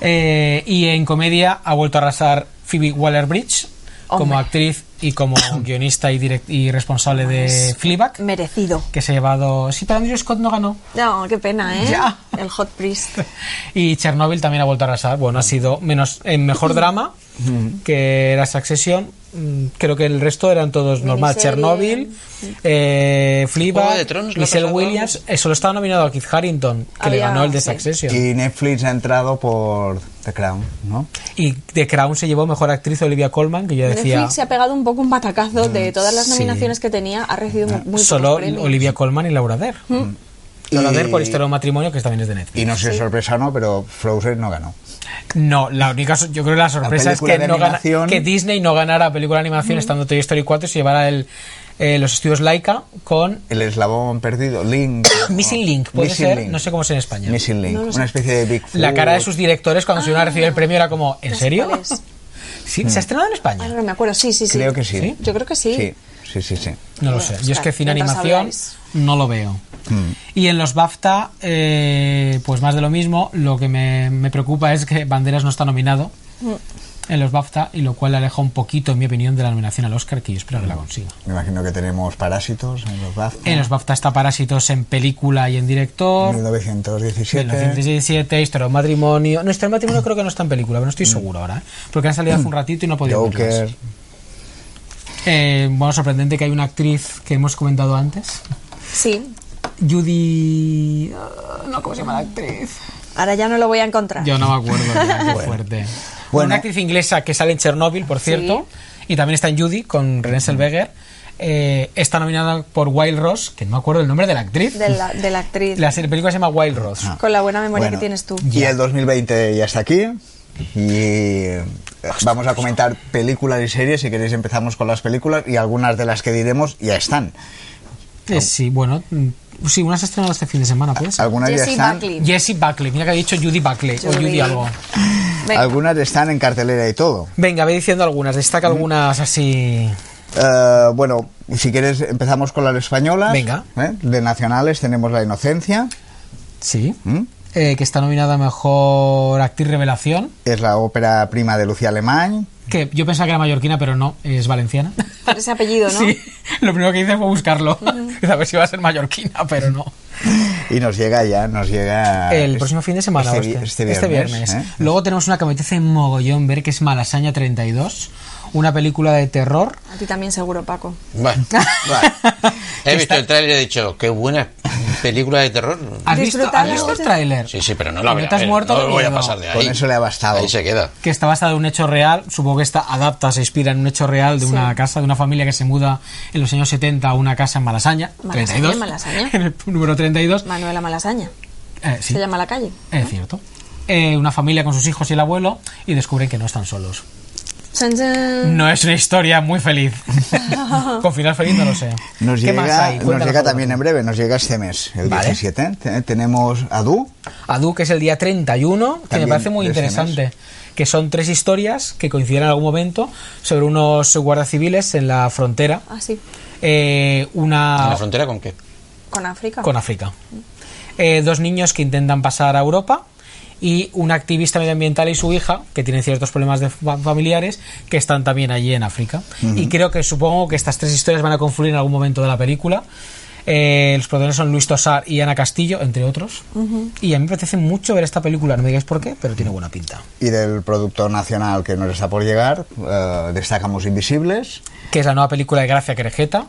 S2: Eh, y en comedia ha vuelto a arrasar Phoebe Waller-Bridge como
S4: Hombre.
S2: actriz y como guionista y, direct- y responsable de Fleabag,
S4: Merecido.
S2: que se ha llevado... Sí, pero Andrew Scott no ganó.
S4: No, qué pena, ¿eh?
S2: Ya.
S4: El Hot Priest.
S2: Y Chernobyl también ha vuelto a arrasar. Bueno, ha sido menos en mejor drama que la Succession. Mm, Creo que el resto eran todos normal.
S4: Miniserie.
S2: Chernobyl, eh, Fleabag,
S3: Juego de Tronos, ¿le ha
S2: Michelle
S3: pasado
S2: Williams. Eh, Solo estaba nominado a Keith Harrington, que le
S4: Había-
S2: ganó el de
S4: sí.
S2: Succession.
S1: Y Netflix ha entrado por The Crown, ¿no?
S2: Y de Crown se llevó mejor actriz Olivia Colman, que yo decía. Mm,
S4: Netflix se ha pegado un poco un batacazo de todas las
S2: sí. Ah,
S4: nominaciones que tenía. Ha recibido mu- muy
S2: Solo
S4: pocos premios.
S2: Olivia Colman y Laura Dern. Laura Dern por Historia de un Matrimonio, que también es de Netflix.
S1: Y no sé si sorpresa o no, pero Frozen no ganó.
S2: No, la única, so- yo creo que la sorpresa es
S1: película
S2: que,
S1: de
S2: no gana-
S1: animación.
S2: que Disney no ganara película de animación
S4: Mm.
S2: estando Toy Story 4 y se llevara el, eh, los estudios Laika con
S1: El eslabón perdido, Link.
S2: Missing
S1: ¿no?
S2: Link, puede
S1: Missing
S2: ser,
S1: Link.
S2: no sé cómo es en España.
S1: Missing Link, una especie de Bigfoot.
S2: La cara de sus directores cuando se iban a recibir
S4: Ah,
S2: el premio era como, ¿en serio?
S4: ¿Cuál es?
S2: Sí,
S1: Mm.
S2: se ha estrenado en
S4: Ah,
S2: España.
S4: no me acuerdo. Sí, sí, sí.
S1: Creo que sí.
S2: ¿Sí?
S4: Yo creo que sí.
S1: Sí, sí, sí. sí.
S2: No lo
S4: Voy a
S2: sé. Yo es
S4: buscar,
S2: que cine
S4: mientras
S2: animación
S4: habláis.
S2: no lo veo.
S1: Mm.
S2: Y en los BAFTA, eh, pues más de lo mismo. Lo que me, me preocupa es que Banderas no está nominado
S4: Mm.
S2: en los BAFTA, y lo cual aleja un poquito, en mi opinión, de la nominación al Oscar, que yo espero que la consiga.
S1: Me imagino que tenemos parásitos en los BAFTA.
S2: En los BAFTA está Parásitos en película y en director.
S1: 1917.
S2: 1917, Historia de un matrimonio. No, Historia de un matrimonio creo que no está en película, pero no estoy seguro ahora. ¿eh? Porque han salido hace un ratito y no he podido verlas.
S1: Joker.
S2: Eh, bueno, sorprendente que hay una actriz que hemos comentado antes.
S4: Sí.
S2: Judy... ah, No, ¿cómo se llama la actriz?
S4: Ahora ya no lo voy a encontrar.
S2: Yo no me acuerdo, mira, qué fuerte.
S1: Bueno.
S2: Una actriz inglesa que sale en Chernobyl, por cierto, y también está en Judy con Renée Zellweger. Eh, está nominada por Wild Rose, que no me acuerdo el nombre de la actriz.
S4: De la, de la actriz.
S2: La serie- película se llama Wild Rose.
S4: Con la buena memoria
S1: Bueno,
S4: que tienes tú.
S1: Y el 2020 ya está aquí. Y eh, vamos a comentar películas y series. Si queréis, empezamos con las películas y algunas de las que diremos ya están.
S2: Eh, sí, bueno, mm, sí, una se ha estrenado este fin de semana, ¿puede ser?
S1: Algunas ya
S4: Jessie
S1: están.
S4: Buckley.
S2: Jessie Buckley, mira que ha dicho Judy Buckley o
S4: Judy.
S2: Judy algo.
S4: Venga.
S1: Algunas están en cartelera y todo.
S2: Venga, ve diciendo algunas, destaca algunas así.
S1: Eh, bueno, si quieres, empezamos con las españolas.
S2: Venga.
S1: ¿eh? De nacionales tenemos La Inocencia.
S2: Sí.
S1: ¿m?
S2: Eh, que está nominada a mejor actriz revelación.
S1: Es la ópera prima de Lucía Alemán.
S2: que yo pensaba que era mallorquina, pero no, es valenciana.
S4: Ese apellido, ¿no?
S2: Sí, lo primero que hice fue buscarlo, a ver si iba a ser mallorquina, pero no.
S1: Y nos llega ya, nos llega...
S2: El
S1: es-
S2: próximo fin de semana,
S1: Este,
S2: o
S1: vi-
S2: Ah, este,
S1: este viernes.
S2: viernes.
S1: ¿eh?
S2: Luego tenemos una que me apetece mogollón ver, que es Malasaña 32, una película de terror.
S4: A ti también seguro, Paco.
S3: Bueno, he visto el tráiler y he dicho, qué buena película de terror.
S2: ¿Has visto,
S4: Disfrutar
S2: has visto
S4: la
S2: el
S4: cosa.
S2: tráiler?
S3: Sí, sí, pero no la voy
S2: ¿No
S3: a
S2: te has
S3: ver,
S2: muerto
S3: no
S2: de
S3: voy a
S2: miedo?
S3: pasar de ahí.
S1: Con eso le ha bastado.
S3: Ahí se queda.
S2: que está basada en un hecho real, supongo que esta adapta, se inspira en un hecho real de
S4: Sí.
S2: una casa, de una familia que se muda en los años 70 a una casa en Malasaña,
S4: Malasaña,
S2: 32,
S4: Malasaña.
S2: en el número 32.
S4: Manuela Malasaña.
S2: Eh, sí,
S4: Se llama la calle.
S2: es cierto. Eh, una familia con sus hijos y el abuelo y descubren que no están solos.
S4: Chan, chan.
S2: No es una historia muy feliz. con final feliz no lo sé.
S1: Nos
S2: ¿Qué
S1: llega,
S2: más hay?
S1: nos
S2: Cuéntanos
S1: llega
S2: algo.
S1: también en breve, nos llega este mes, el
S2: Vale.
S1: 17. Te- Tenemos a Du,
S2: Adu, que es el día 31, que me
S1: También
S2: parece muy
S1: de este
S2: interesante. Que son tres historias que coinciden en algún momento sobre unos guardias civiles en la frontera.
S4: Ah, sí.
S2: Eh,
S3: ¿En
S2: una
S3: la frontera con qué?
S4: Con África.
S2: con África. Eh, dos niños que intentan pasar a Europa y una activista medioambiental y su hija, que tienen ciertos problemas de fa- familiares, que están también allí en África. Y creo que supongo que estas tres historias van a confluir en algún momento de la película. Eh, los protagonistas son Luis Tosar y Ana Castillo, entre otros. Y a mí me apetece mucho ver esta película, no me digáis por qué, pero tiene buena pinta.
S1: y del productor nacional que nos está por llegar, eh, destacamos Invisibles.
S2: que es la nueva película de Gracia Querejeta,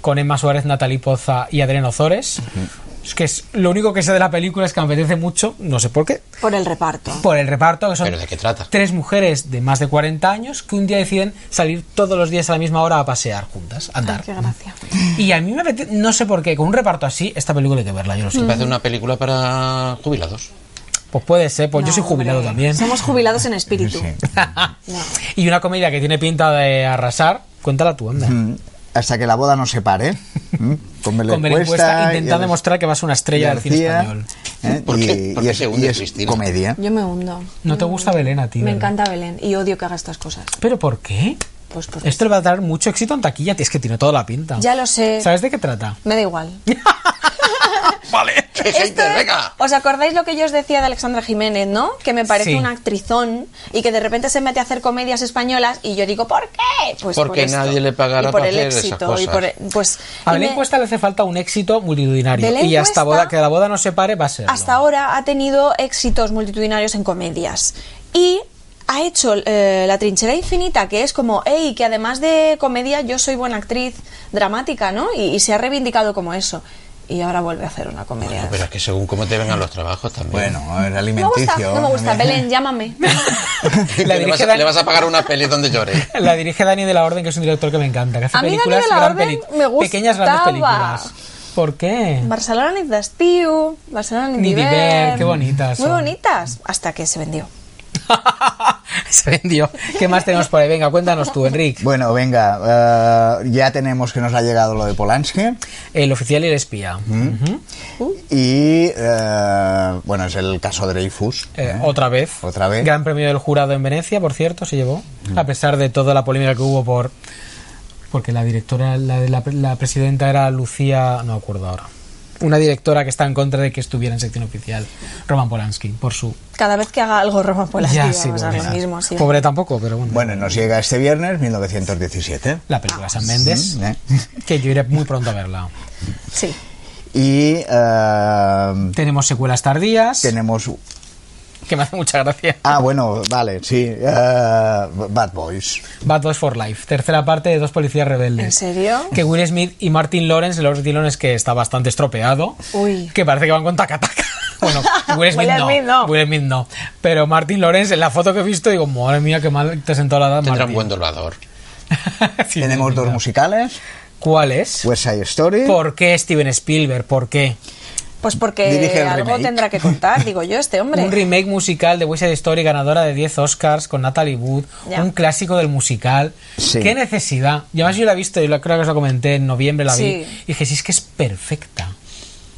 S2: con Emma Suárez, Natalie Poza y Adrián Ozores. Es que es, lo único que sé de la película es que me apetece mucho, no sé por qué,
S4: Por el reparto.
S2: por el reparto, que son
S3: ¿Pero de qué trata?
S2: tres mujeres de más de 40 años que un día deciden salir todos los días a la misma hora a pasear juntas, a
S4: Ay,
S2: andar.
S4: qué gracia.
S2: Y a mí me apetece, no sé por qué, con un reparto así, esta película hay que verla, yo lo sé.
S3: Me parece una película para jubilados.
S2: Pues puede ser, pues yo
S4: Mm.
S2: soy
S4: No,
S2: jubilado
S4: hombre.
S2: también.
S4: Somos jubilados en espíritu.
S1: Sí.
S4: No.
S2: Y una comedia que tiene pinta de arrasar, cuéntala tú, anda.
S1: Mm, Hasta que la boda nos separe. ¿m? Con
S2: Con Belén Cuesta,
S1: y
S2: intentando
S1: Alex
S2: demostrar que vas a una estrella del cine
S1: García,
S2: español.
S1: ¿eh?
S3: ¿Por
S1: y,
S3: qué- por
S1: y
S3: qué
S1: es,
S3: se hunde
S1: y es
S3: Cristina?
S1: comedia.
S4: Yo me hundo.
S2: No te gusta Belén a ti.
S4: Mm, Me
S2: ¿verdad?
S4: encanta Belén y odio que haga estas cosas.
S2: ¿Pero por qué?
S4: Pues por
S2: Esto le va a dar mucho éxito en taquilla, tío, es que tiene toda la pinta.
S4: Ya lo sé.
S2: ¿Sabes de qué trata?
S4: Me da igual.
S3: ¡Vale!
S2: Este
S3: ¡Qué gente,
S4: Esto es-
S3: venga!
S4: ¿Os acordáis lo que yo os decía de Alexandra Jiménez, no? Que me parece
S2: Sí.
S4: una actrizón y que de repente se mete a hacer comedias españolas y yo digo, ¿por qué? Pues por
S3: Porque
S4: esto.
S3: nadie le pagará
S4: y por
S3: para
S4: el
S3: hacer esas
S4: éxito y
S3: cosas.
S4: por pues
S2: A
S4: y
S2: Belén
S4: me-
S2: Cuesta le hace falta un éxito multitudinario.
S4: Belén
S2: y hasta
S4: Cuesta-
S2: boda, que la boda no se pare va a ser.
S4: hasta ahora ha tenido éxitos multitudinarios en comedias y ha hecho eh, La trinchera infinita, que es como, hey, que además de comedia yo soy buena actriz dramática, ¿no? Y, y se ha reivindicado como eso. Y ahora vuelve a hacer una comedia.
S3: Pero es que según cómo te vengan los trabajos también.
S1: Bueno, es
S4: no me gusta,
S1: alimenticio. ¿eh?
S4: no me gusta. Belén, llámame.
S2: La
S3: le, vas
S2: dirige
S3: a, le vas
S2: Dani,
S3: a pagar una peli donde llore.
S2: la dirige Dani de la Orden, que es un director que me encanta. Que hace
S4: A mí Dani de
S2: películas,
S4: la
S2: gran
S4: Orden
S2: peli-
S4: me
S2: pequeñas grandes
S4: gustaba.
S2: películas. ¿Por qué?
S4: Barcelona ni Dastiu, Barcelona ni
S2: Ni
S4: Diver.
S2: Diver, qué bonitas
S4: Muy
S2: son.
S4: bonitas, hasta que se vendió.
S2: se vendió. ¿Qué más tenemos por ahí? Venga, cuéntanos tú, Enrique.
S1: Bueno, venga, eh, ya tenemos que nos ha llegado lo de Polanski.
S2: El oficial y el espía. Ujú.
S1: Y eh, bueno, es el caso Dreyfus.
S2: Eh,
S1: ¿eh?
S2: Otra vez.
S1: Otra vez.
S2: Gran premio del jurado en Venecia, por cierto, se llevó. A pesar de toda la polémica que hubo por. Porque la directora, la, la- la presidenta era Lucía. No me acuerdo ahora. Una directora que está en contra de que estuviera en sección oficial, Roman Polanski, por su.
S4: Cada vez que haga algo Roman Polanski,
S2: Ya,
S4: vamos
S2: sí,
S4: a
S2: bueno.
S4: lo mismo. sí.
S2: Pobre tampoco, pero bueno.
S1: Bueno, nos llega este viernes 1917.
S2: La película de San Méndez,
S1: Mm, ¿eh?
S2: que yo iré muy pronto a verla.
S4: Sí.
S1: Y eh,
S2: Tenemos secuelas tardías,
S1: tenemos.
S2: que me hace mucha gracia.
S1: Ah, bueno, vale, sí. eh, Bad Boys.
S2: Bad Boys for Life, tercera parte de Dos Policías Rebeldes.
S4: ¿En serio?
S2: Que Will Smith y Martin Lawrence, el Martin Lawrence que está bastante estropeado,
S4: Uy.
S2: que parece que van con tacataca. Bueno, Will Smith,
S4: Will
S2: no,
S4: Smith no.
S2: Will Smith no. Pero Martin Lawrence, en la foto que he visto, digo, madre mía, qué mal te sentó la edad,
S3: Tendrá un
S2: Martin".
S3: buen doblador.
S2: Sí,
S1: tenemos
S2: sí,
S1: dos
S2: sí.
S1: musicales.
S2: ¿Cuál es?
S1: West Side Story.
S2: ¿Por qué Steven Spielberg? ¿Por qué?
S4: Pues porque
S1: Dirige el
S4: algo
S1: remake.
S4: tendrá que contar, digo yo, este hombre.
S2: Un remake musical de West Side Story ganadora de 10 Oscars con Natalie Wood,
S4: Ya.
S2: un clásico del musical.
S1: Sí.
S2: ¿Qué necesidad? Y además yo la he visto, y lo- creo que os lo comenté en noviembre, la vi.
S4: Sí.
S2: Y dije, sí, es que es perfecta.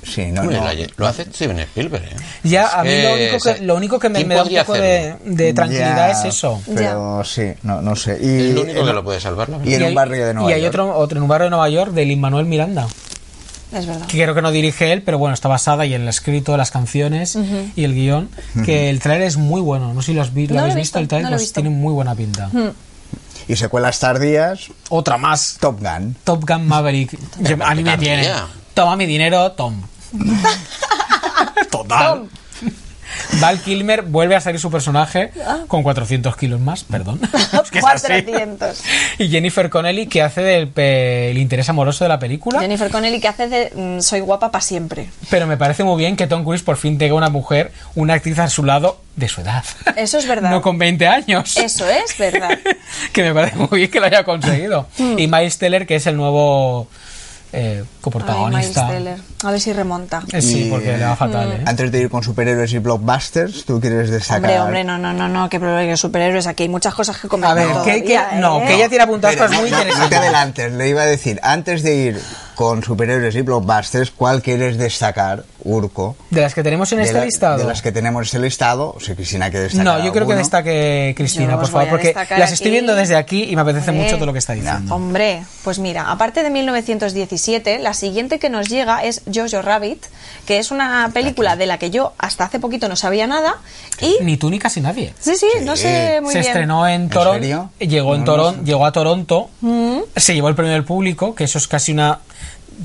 S1: Sí, no,
S3: Hombre,
S1: no.
S3: la- lo hace Steven Spielberg. ¿eh?
S2: Ya,
S3: Es
S2: a mí lo único
S3: o sea,
S2: que, lo único que me,
S3: ¿quién
S2: me da un
S3: podría
S2: poco de,
S3: hacerlo?
S2: de tranquilidad
S1: Ya,
S2: es eso.
S1: Pero sí, no, no sé. Y,
S3: Es lo único que lo puede salvar, la
S1: y
S3: verdad.
S1: en
S2: Y
S1: un
S2: hay-
S1: barrio de Nueva
S2: Y hay
S1: York.
S2: otro, otro en un barrio de Nueva York de Lin Manuel Miranda.
S4: es verdad.
S2: que creo que no dirige él, pero bueno, está basada y en el escrito, las canciones y el guión, que el trailer es muy bueno. No sé si lo, has vi- lo
S4: No lo he
S2: habéis visto,
S4: visto,
S2: el trailer
S4: no lo he
S2: pues
S4: visto.
S2: tiene muy buena pinta.
S1: Y secuelas tardías,
S2: Otra más,
S1: Top Gun.
S2: Top Gun Maverick. Yo- a mí me
S3: Tardía.
S2: tiene. Toma mi dinero, Tom. Total. Val Kilmer vuelve a salir su personaje
S4: Ah.
S2: con 400 kilos más, perdón. Es que es así.
S4: 400.
S2: Y Jennifer Connelly, que hace del pe- el interés amoroso de la película.
S4: Jennifer Connelly que hace de mm, Soy guapa para siempre.
S2: Pero me parece muy bien que Tom Cruise por fin tenga una mujer, una actriz a su lado de su edad.
S4: Eso es verdad.
S2: No con 20 años.
S4: Eso es verdad. Mm.
S2: que me parece muy bien que lo haya conseguido. y Miles Teller, que es el nuevo eh,
S4: Ay, Miles Mm.
S2: coprotagonista.
S4: Teller. A ver si remonta.
S2: Eh, Sí,
S1: Y-
S2: porque le va fatal, ¿eh?
S1: Antes de ir con superhéroes y blockbusters, tú quieres destacar.
S4: Hombre, hombre, no, no, no, no, que problema que superhéroes. Aquí hay muchas cosas que comentar.
S2: A ver, que, que-
S4: todavía,
S2: no,
S4: ¿eh?
S2: que ella tiene apuntadas
S1: Espera,
S2: cosas muy
S1: no, no, No te
S2: interesantes.
S1: adelantes, le iba a decir, antes de ir con superhéroes y blockbusters, ¿cuál quieres destacar, Urco?
S2: De las que tenemos en
S1: de
S2: este
S1: la-
S2: listado.
S1: de las que tenemos este listado, si Cristina quiere destacar.
S2: No, yo creo que
S1: alguno.
S2: destaque Cristina,
S4: Yo
S2: por
S4: os
S2: favor,
S4: voy a
S2: porque
S4: destacar
S2: las estoy
S4: aquí.
S2: viendo desde aquí y me apetece
S4: Hombre.
S2: mucho todo lo que está diciendo.
S4: Hombre, pues mira, aparte de 1917, la siguiente que nos llega es Jojo Rabbit, que es una película de la que yo hasta hace poquito no sabía nada y
S2: Ni tú ni casi nadie.
S4: sí, sí, no sé muy
S2: se
S4: bien.
S2: estrenó en
S1: ¿En
S2: Toronto,
S1: serio?
S2: llegó en
S1: No, no
S2: Toronto, llegó a Toronto,
S4: Mm.
S2: se llevó el premio del público, que eso es casi una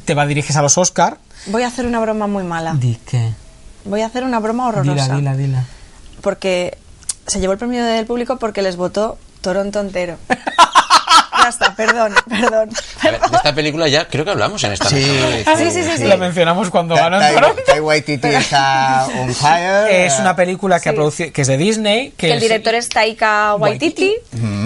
S2: te va diriges a los Oscar.
S4: Voy a hacer una broma muy mala.
S2: Di que
S4: Voy a hacer una broma horrorosa.
S2: dila, dila, dila.
S4: porque se llevó el premio del público porque les votó Toronto entero. ya está, perdón, perdón.
S3: A ver, de esta película ya creo que hablamos en esta.
S1: Sí,
S3: mesa.
S4: Ah, sí, sí, sí, sí.
S2: La mencionamos cuando
S1: Ta-
S2: ganó en
S1: Tai-
S2: Toronto.
S1: Tai Waititi está on fire.
S2: Es una película que, ha
S4: Sí.
S2: producido- que es de Disney, que,
S4: Que el
S2: es-
S4: director es Taika Waititi.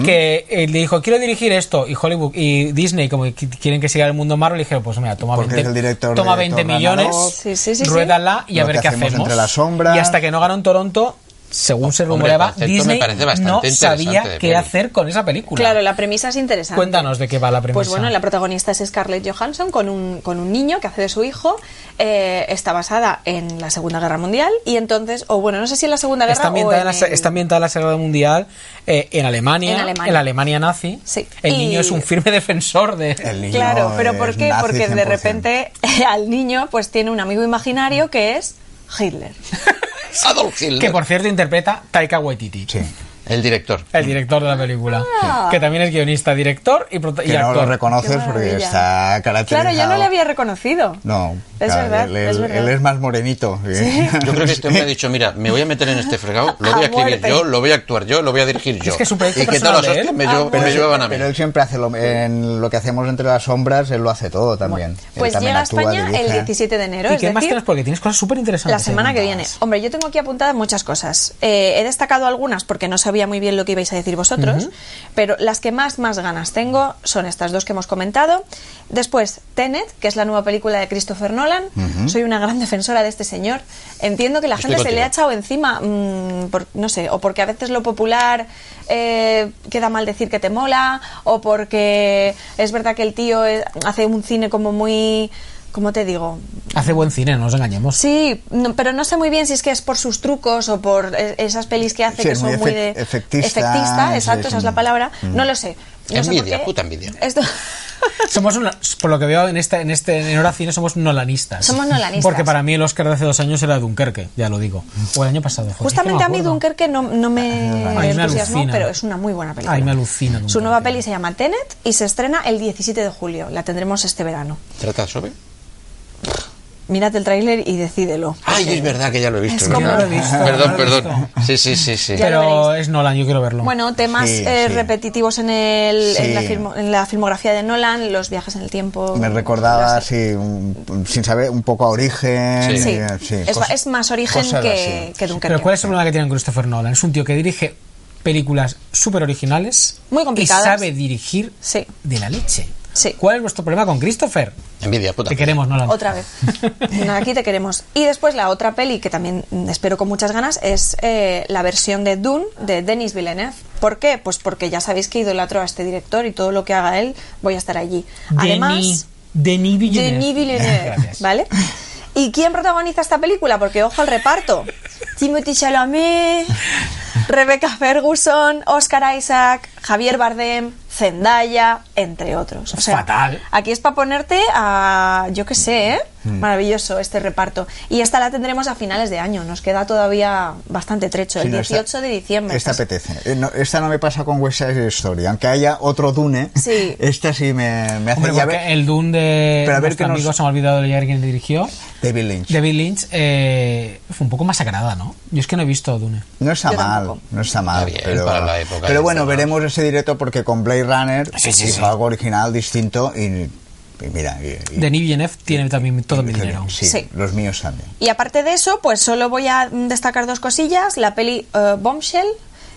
S2: que eh, le dijo quiero dirigir esto y Hollywood y Disney como que quieren que siga el mundo Marvel le dijeron pues mira toma
S1: Porque
S2: 20,
S1: es el director
S2: toma
S1: de
S2: 20
S1: Thor
S2: millones
S1: Ragnarok,
S4: Sí, sí, sí, sí.
S2: ruédala y a
S1: Lo
S2: ver
S1: que
S2: qué
S1: hacemos
S2: hacemos
S1: entre las sombras.
S2: y hasta que no ganó en Toronto según se
S3: Hombre,
S2: rumoreaba
S3: el concepto me
S2: Disney
S3: parece bastante
S2: no
S3: interesante
S2: sabía
S3: de
S2: qué
S3: peli.
S2: hacer con esa película
S4: Claro, la premisa es interesante.
S2: cuéntanos de qué va la premisa
S4: Pues bueno, la protagonista es Scarlett Johansson con un, con un niño que hace de su hijo. Eh, está basada en la Segunda Guerra Mundial y entonces, o bueno, no sé si en la Segunda
S1: Pues
S4: Guerra
S2: Está ambientada, en
S4: o
S2: la,
S4: en
S2: se-
S4: el-
S2: está ambientada en la Segunda Guerra Mundial eh, en, Alemania,
S4: En Alemania.
S2: la Alemania nazi.
S4: Sí.
S2: El
S4: Y-
S2: niño es un firme defensor de...
S1: El niño eh,
S4: Claro, pero
S1: es
S4: ¿por qué?
S1: nazi
S4: Porque
S1: 100%.
S4: de repente al niño pues tiene un amigo imaginario que es Hitler.
S3: Adolf Hitler.
S2: Que por cierto interpreta Taika Waititi.
S1: Sí.
S3: El director.
S2: El director de la película.
S4: Ah.
S2: Que también es guionista, director y, prota- y
S1: que no
S2: actor.
S1: lo
S4: Qué
S1: reconoces porque
S4: maravilla.
S1: está caracterizado.
S4: Claro, yo no le había reconocido.
S1: No,
S4: Es
S1: claro,
S4: verdad,
S1: él,
S4: es
S1: él-
S4: verdad.
S1: él es más morenito. ¿eh?
S3: Yo creo que este hombre ha dicho, mira, me voy a meter en este fregado, lo voy a
S4: A
S3: escribir
S4: muerte.
S3: yo, lo voy a actuar yo, lo voy a dirigir yo.
S2: que es un proyecto
S3: ¿Y qué tal
S2: personal
S3: los
S2: de él.
S3: hostias?
S2: Ah,
S3: Me, llevo- me llevaban a mí.
S1: pero él Pues siempre hace lo, en lo que hacemos entre las sombras, él lo hace todo también. Él
S4: Pues
S1: también
S4: llega a
S1: actúa,
S4: España el
S1: dirige.
S4: 17 de enero.
S2: ¿Y
S4: es
S2: qué más
S4: decir,
S2: tienes? Porque tienes cosas súper interesantes.
S4: La semana que
S2: ahí
S4: viene.
S2: contadas.
S4: Hombre, yo tengo aquí apuntadas muchas cosas. Eh, he destacado algunas porque no sabía muy bien lo que ibais a decir vosotros, pero las que más, más ganas tengo son estas dos que hemos comentado. Después, Tenet, que es la nueva película de Christopher Nolan. Soy una gran defensora de este señor. Entiendo que la
S3: Estoy
S4: gente se le
S3: contigo.
S4: ha echado encima, mm, por- no sé, o porque a veces lo popular eh, queda mal decir que te mola, o porque es verdad que el tío eh, hace un cine como muy... ¿Cómo te digo?
S2: Hace buen cine, no nos engañemos.
S4: Sí, no- pero no sé muy bien si es que es por sus trucos o por e- esas pelis que hace
S1: Sí,
S4: que
S1: es
S4: son
S1: muy
S4: muy de
S1: efec- efectista,
S4: efectista,
S1: es-
S4: exacto,
S1: es
S4: esa
S1: un- mm.
S4: es
S1: Pues
S4: la palabra. No lo sé. No sé por
S3: Envidia,
S4: qué.
S3: puta envidia.
S4: Esto-
S2: Somos una- por lo que veo en este, en este en hora cine somos nolanistas.
S4: Somos nolanistas.
S2: Porque para mí el Oscar de hace dos años era Dunkerque, ya lo digo. O el año pasado. joder, es
S4: Justamente
S2: que
S4: a
S2: no me
S4: mí
S2: acuerdo.
S4: Dunkerque no, no me
S2: Ay, me
S4: entusiasmó,
S2: alucina.
S4: pero es una muy buena película.
S2: Ay, me alucina
S4: Su
S2: Dunkerque.
S4: nueva peli se llama Tenet y se estrena el 17 de julio. La tendremos este verano.
S3: ¿Trata sobre?
S4: Mírate el tráiler y decídelo.
S3: Ay, es verdad que ya lo he visto.
S4: Es
S3: ¿verdad?
S4: como- Ya lo he
S2: visto,
S3: Perdón,
S2: ya lo he
S3: perdón. Sí, sí, sí, sí.
S4: Ya lo
S2: Pero
S4: veréis.
S2: es Nolan, yo quiero verlo.
S4: Bueno, temas
S1: Sí,
S4: eh,
S1: sí.
S4: repetitivos en, el, en, la
S1: Sí.
S4: filmo- en la filmografía de Nolan, los viajes en el tiempo.
S1: Me
S4: las-
S1: recordaba, sí, un- sin saber, un poco a origen.
S3: Sí.
S4: Sí,
S1: eh, sí,
S4: es,
S1: cosas-
S4: es más origen
S1: cosas
S4: que,
S1: así.
S4: que Dunkerque.
S2: Pero ¿cuál es el problema que tiene con Christopher Nolan? Es un tío que dirige películas súper originales.
S4: Muy complicadas.
S2: Y sabe dirigir
S4: Sí.
S2: de la leche.
S4: Sí.
S2: ¿Cuál es vuestro problema con Christopher?
S3: Envidia, puta.
S2: Te queremos, Nolan.
S4: Otra vez. No, aquí te queremos. Y después la otra peli que también mm, espero con muchas ganas es eh, la versión de Dune de Denis Villeneuve. ¿Por qué? Pues porque ya sabéis que idolatro a este director y todo lo que haga él voy a estar allí. Además,
S2: Denis Villeneuve.
S4: Denis Villeneuve,
S2: Gracias.
S4: ¿vale? ¿Y quién protagoniza esta película? Porque ojo al reparto. Timothy Chalamet, Rebecca Ferguson, Oscar Isaac, Javier Bardem, Zendaya, entre otros. O
S2: Es
S4: sea,
S2: fatal.
S4: Aquí es para ponerte a, yo qué sé, ¿eh?
S1: Mm.
S4: maravilloso este reparto. Y esta la tendremos a finales de año, nos queda todavía bastante trecho,
S1: Sí,
S4: el
S1: no, esta-
S4: 18 de diciembre. pues.
S1: Esta apetece. Eh, no, esta no me pasa con West Side Story. Aunque haya otro Dune,
S4: Sí.
S1: esta sí me, me hace...
S2: Hombre,
S1: y a
S2: porque
S1: ver-
S2: el Dune de
S1: Pero a ver
S2: nuestro
S1: qué nos-
S2: amigo, se me ha olvidado de leer quién dirigió,
S1: David Lynch.
S2: David Lynch, eh, fue un poco masacrada, ¿no? Yo es que no he visto Dune.
S1: No está
S4: Yo
S1: mal,
S4: tampoco.
S1: no está mal.
S3: Está bien,
S1: pero
S3: para la época
S1: pero
S3: y
S1: bueno,
S3: todo.
S1: veremos ese directo porque con Blade Runner
S2: Sí, sí,
S1: hizo
S2: sí.
S1: algo original, distinto y, y mira. Y, y-
S2: Denis Villeneuve tiene también todo mi
S1: y-
S2: dinero.
S1: Sí,
S4: Sí.
S1: los míos también.
S4: Y aparte de eso, pues solo voy a mm, destacar dos cosillas. La peli eh, Bombshell,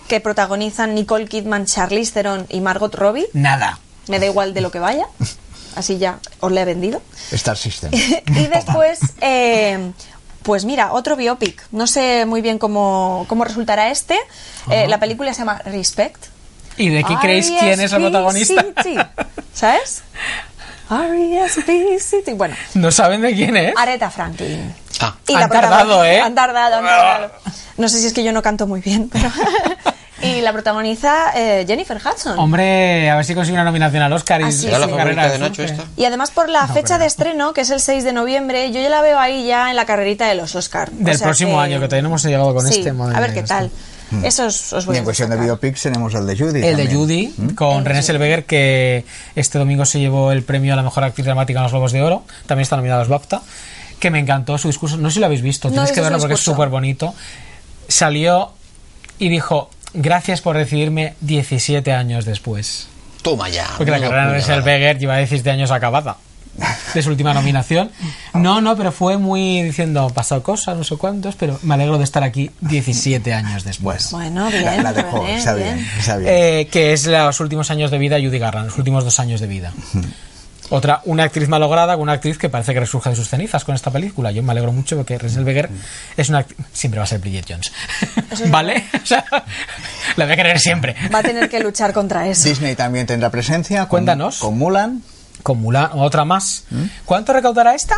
S4: que protagonizan Nicole Kidman, Charlize Theron y Margot Robbie.
S2: Nada.
S4: Me da igual de lo que vaya. Así ya os la he vendido.
S1: Star System.
S4: y después, eh, pues mira, otro biopic. No sé muy bien cómo, cómo resultará este. Eh, la película se llama Respect. E
S2: ¿Y de qué creéis quién es el protagonista?
S4: R.E.S.P.C.T., ¿Sabes? E R.E.S.P.C.T.. Bueno,
S2: No saben de quién es.
S4: Aretha Franklin.
S3: Ah,
S4: Y
S2: Han
S4: la protagonista-
S2: tardado, ¿eh?
S4: Han tardado, han tardado. No sé si es que yo no canto muy bien, pero... y la protagoniza eh, Jennifer Hudson.
S2: Hombre, a ver si consigue una nominación al Oscar y
S4: Ah, sí,
S3: ¿era la
S4: sí.
S3: favorita
S2: carrera
S3: de Nacho
S2: surge.
S3: esta?
S4: Y además por la fecha de estreno, que es el 6 de noviembre, yo ya la veo ahí ya en la carrerita de los Oscars.
S2: Del próximo año, que todavía no hemos llegado con este, madre
S4: A ver
S2: mía,
S4: qué
S2: esto.
S4: tal. Eso os, os voy
S1: Y
S4: a
S1: en cuestión de
S4: destacar.
S1: biopics tenemos el de Judy.
S2: El de
S1: también.
S2: Judy, con René Selveger, que este domingo se llevó el premio a la mejor actriz dramática en los Globos de Oro. También está nominada a los BAFTA. Que me encantó su discurso. No sé si lo habéis visto,
S4: No he
S2: tenéis que
S4: visto su
S2: verlo porque es
S4: discurso.
S2: súper bonito. Salió y dijo: Gracias por recibirme 17 años después.
S3: toma ya.
S2: Porque la
S3: menuda
S2: carrera de René
S3: puñalada.
S2: Selveger lleva 17 años acabada de su última nominación. No, no, pero fue muy diciendo: pasado cosas, no sé cuántos, pero me alegro de estar aquí 17 años después.
S4: Bueno, bien.
S1: La, la dejó,
S4: René,
S1: está
S4: bien.
S1: bien, está bien.
S2: Eh, que es los últimos años de vida de Judy Garland, los últimos dos años de vida. Otra, una actriz malograda con una actriz que parece que resurge de sus cenizas con esta película. Yo me alegro mucho porque Renselberger es una actriz. Siempre va a ser Bridget Jones. ¿Vale? O sea, la voy a querer siempre.
S4: Va a tener que luchar contra eso.
S1: Disney también tendrá presencia. con-
S2: Cuéntanos.
S1: Con Mulan.
S2: Con Mulan, otra más. ¿Cuánto recaudará esta?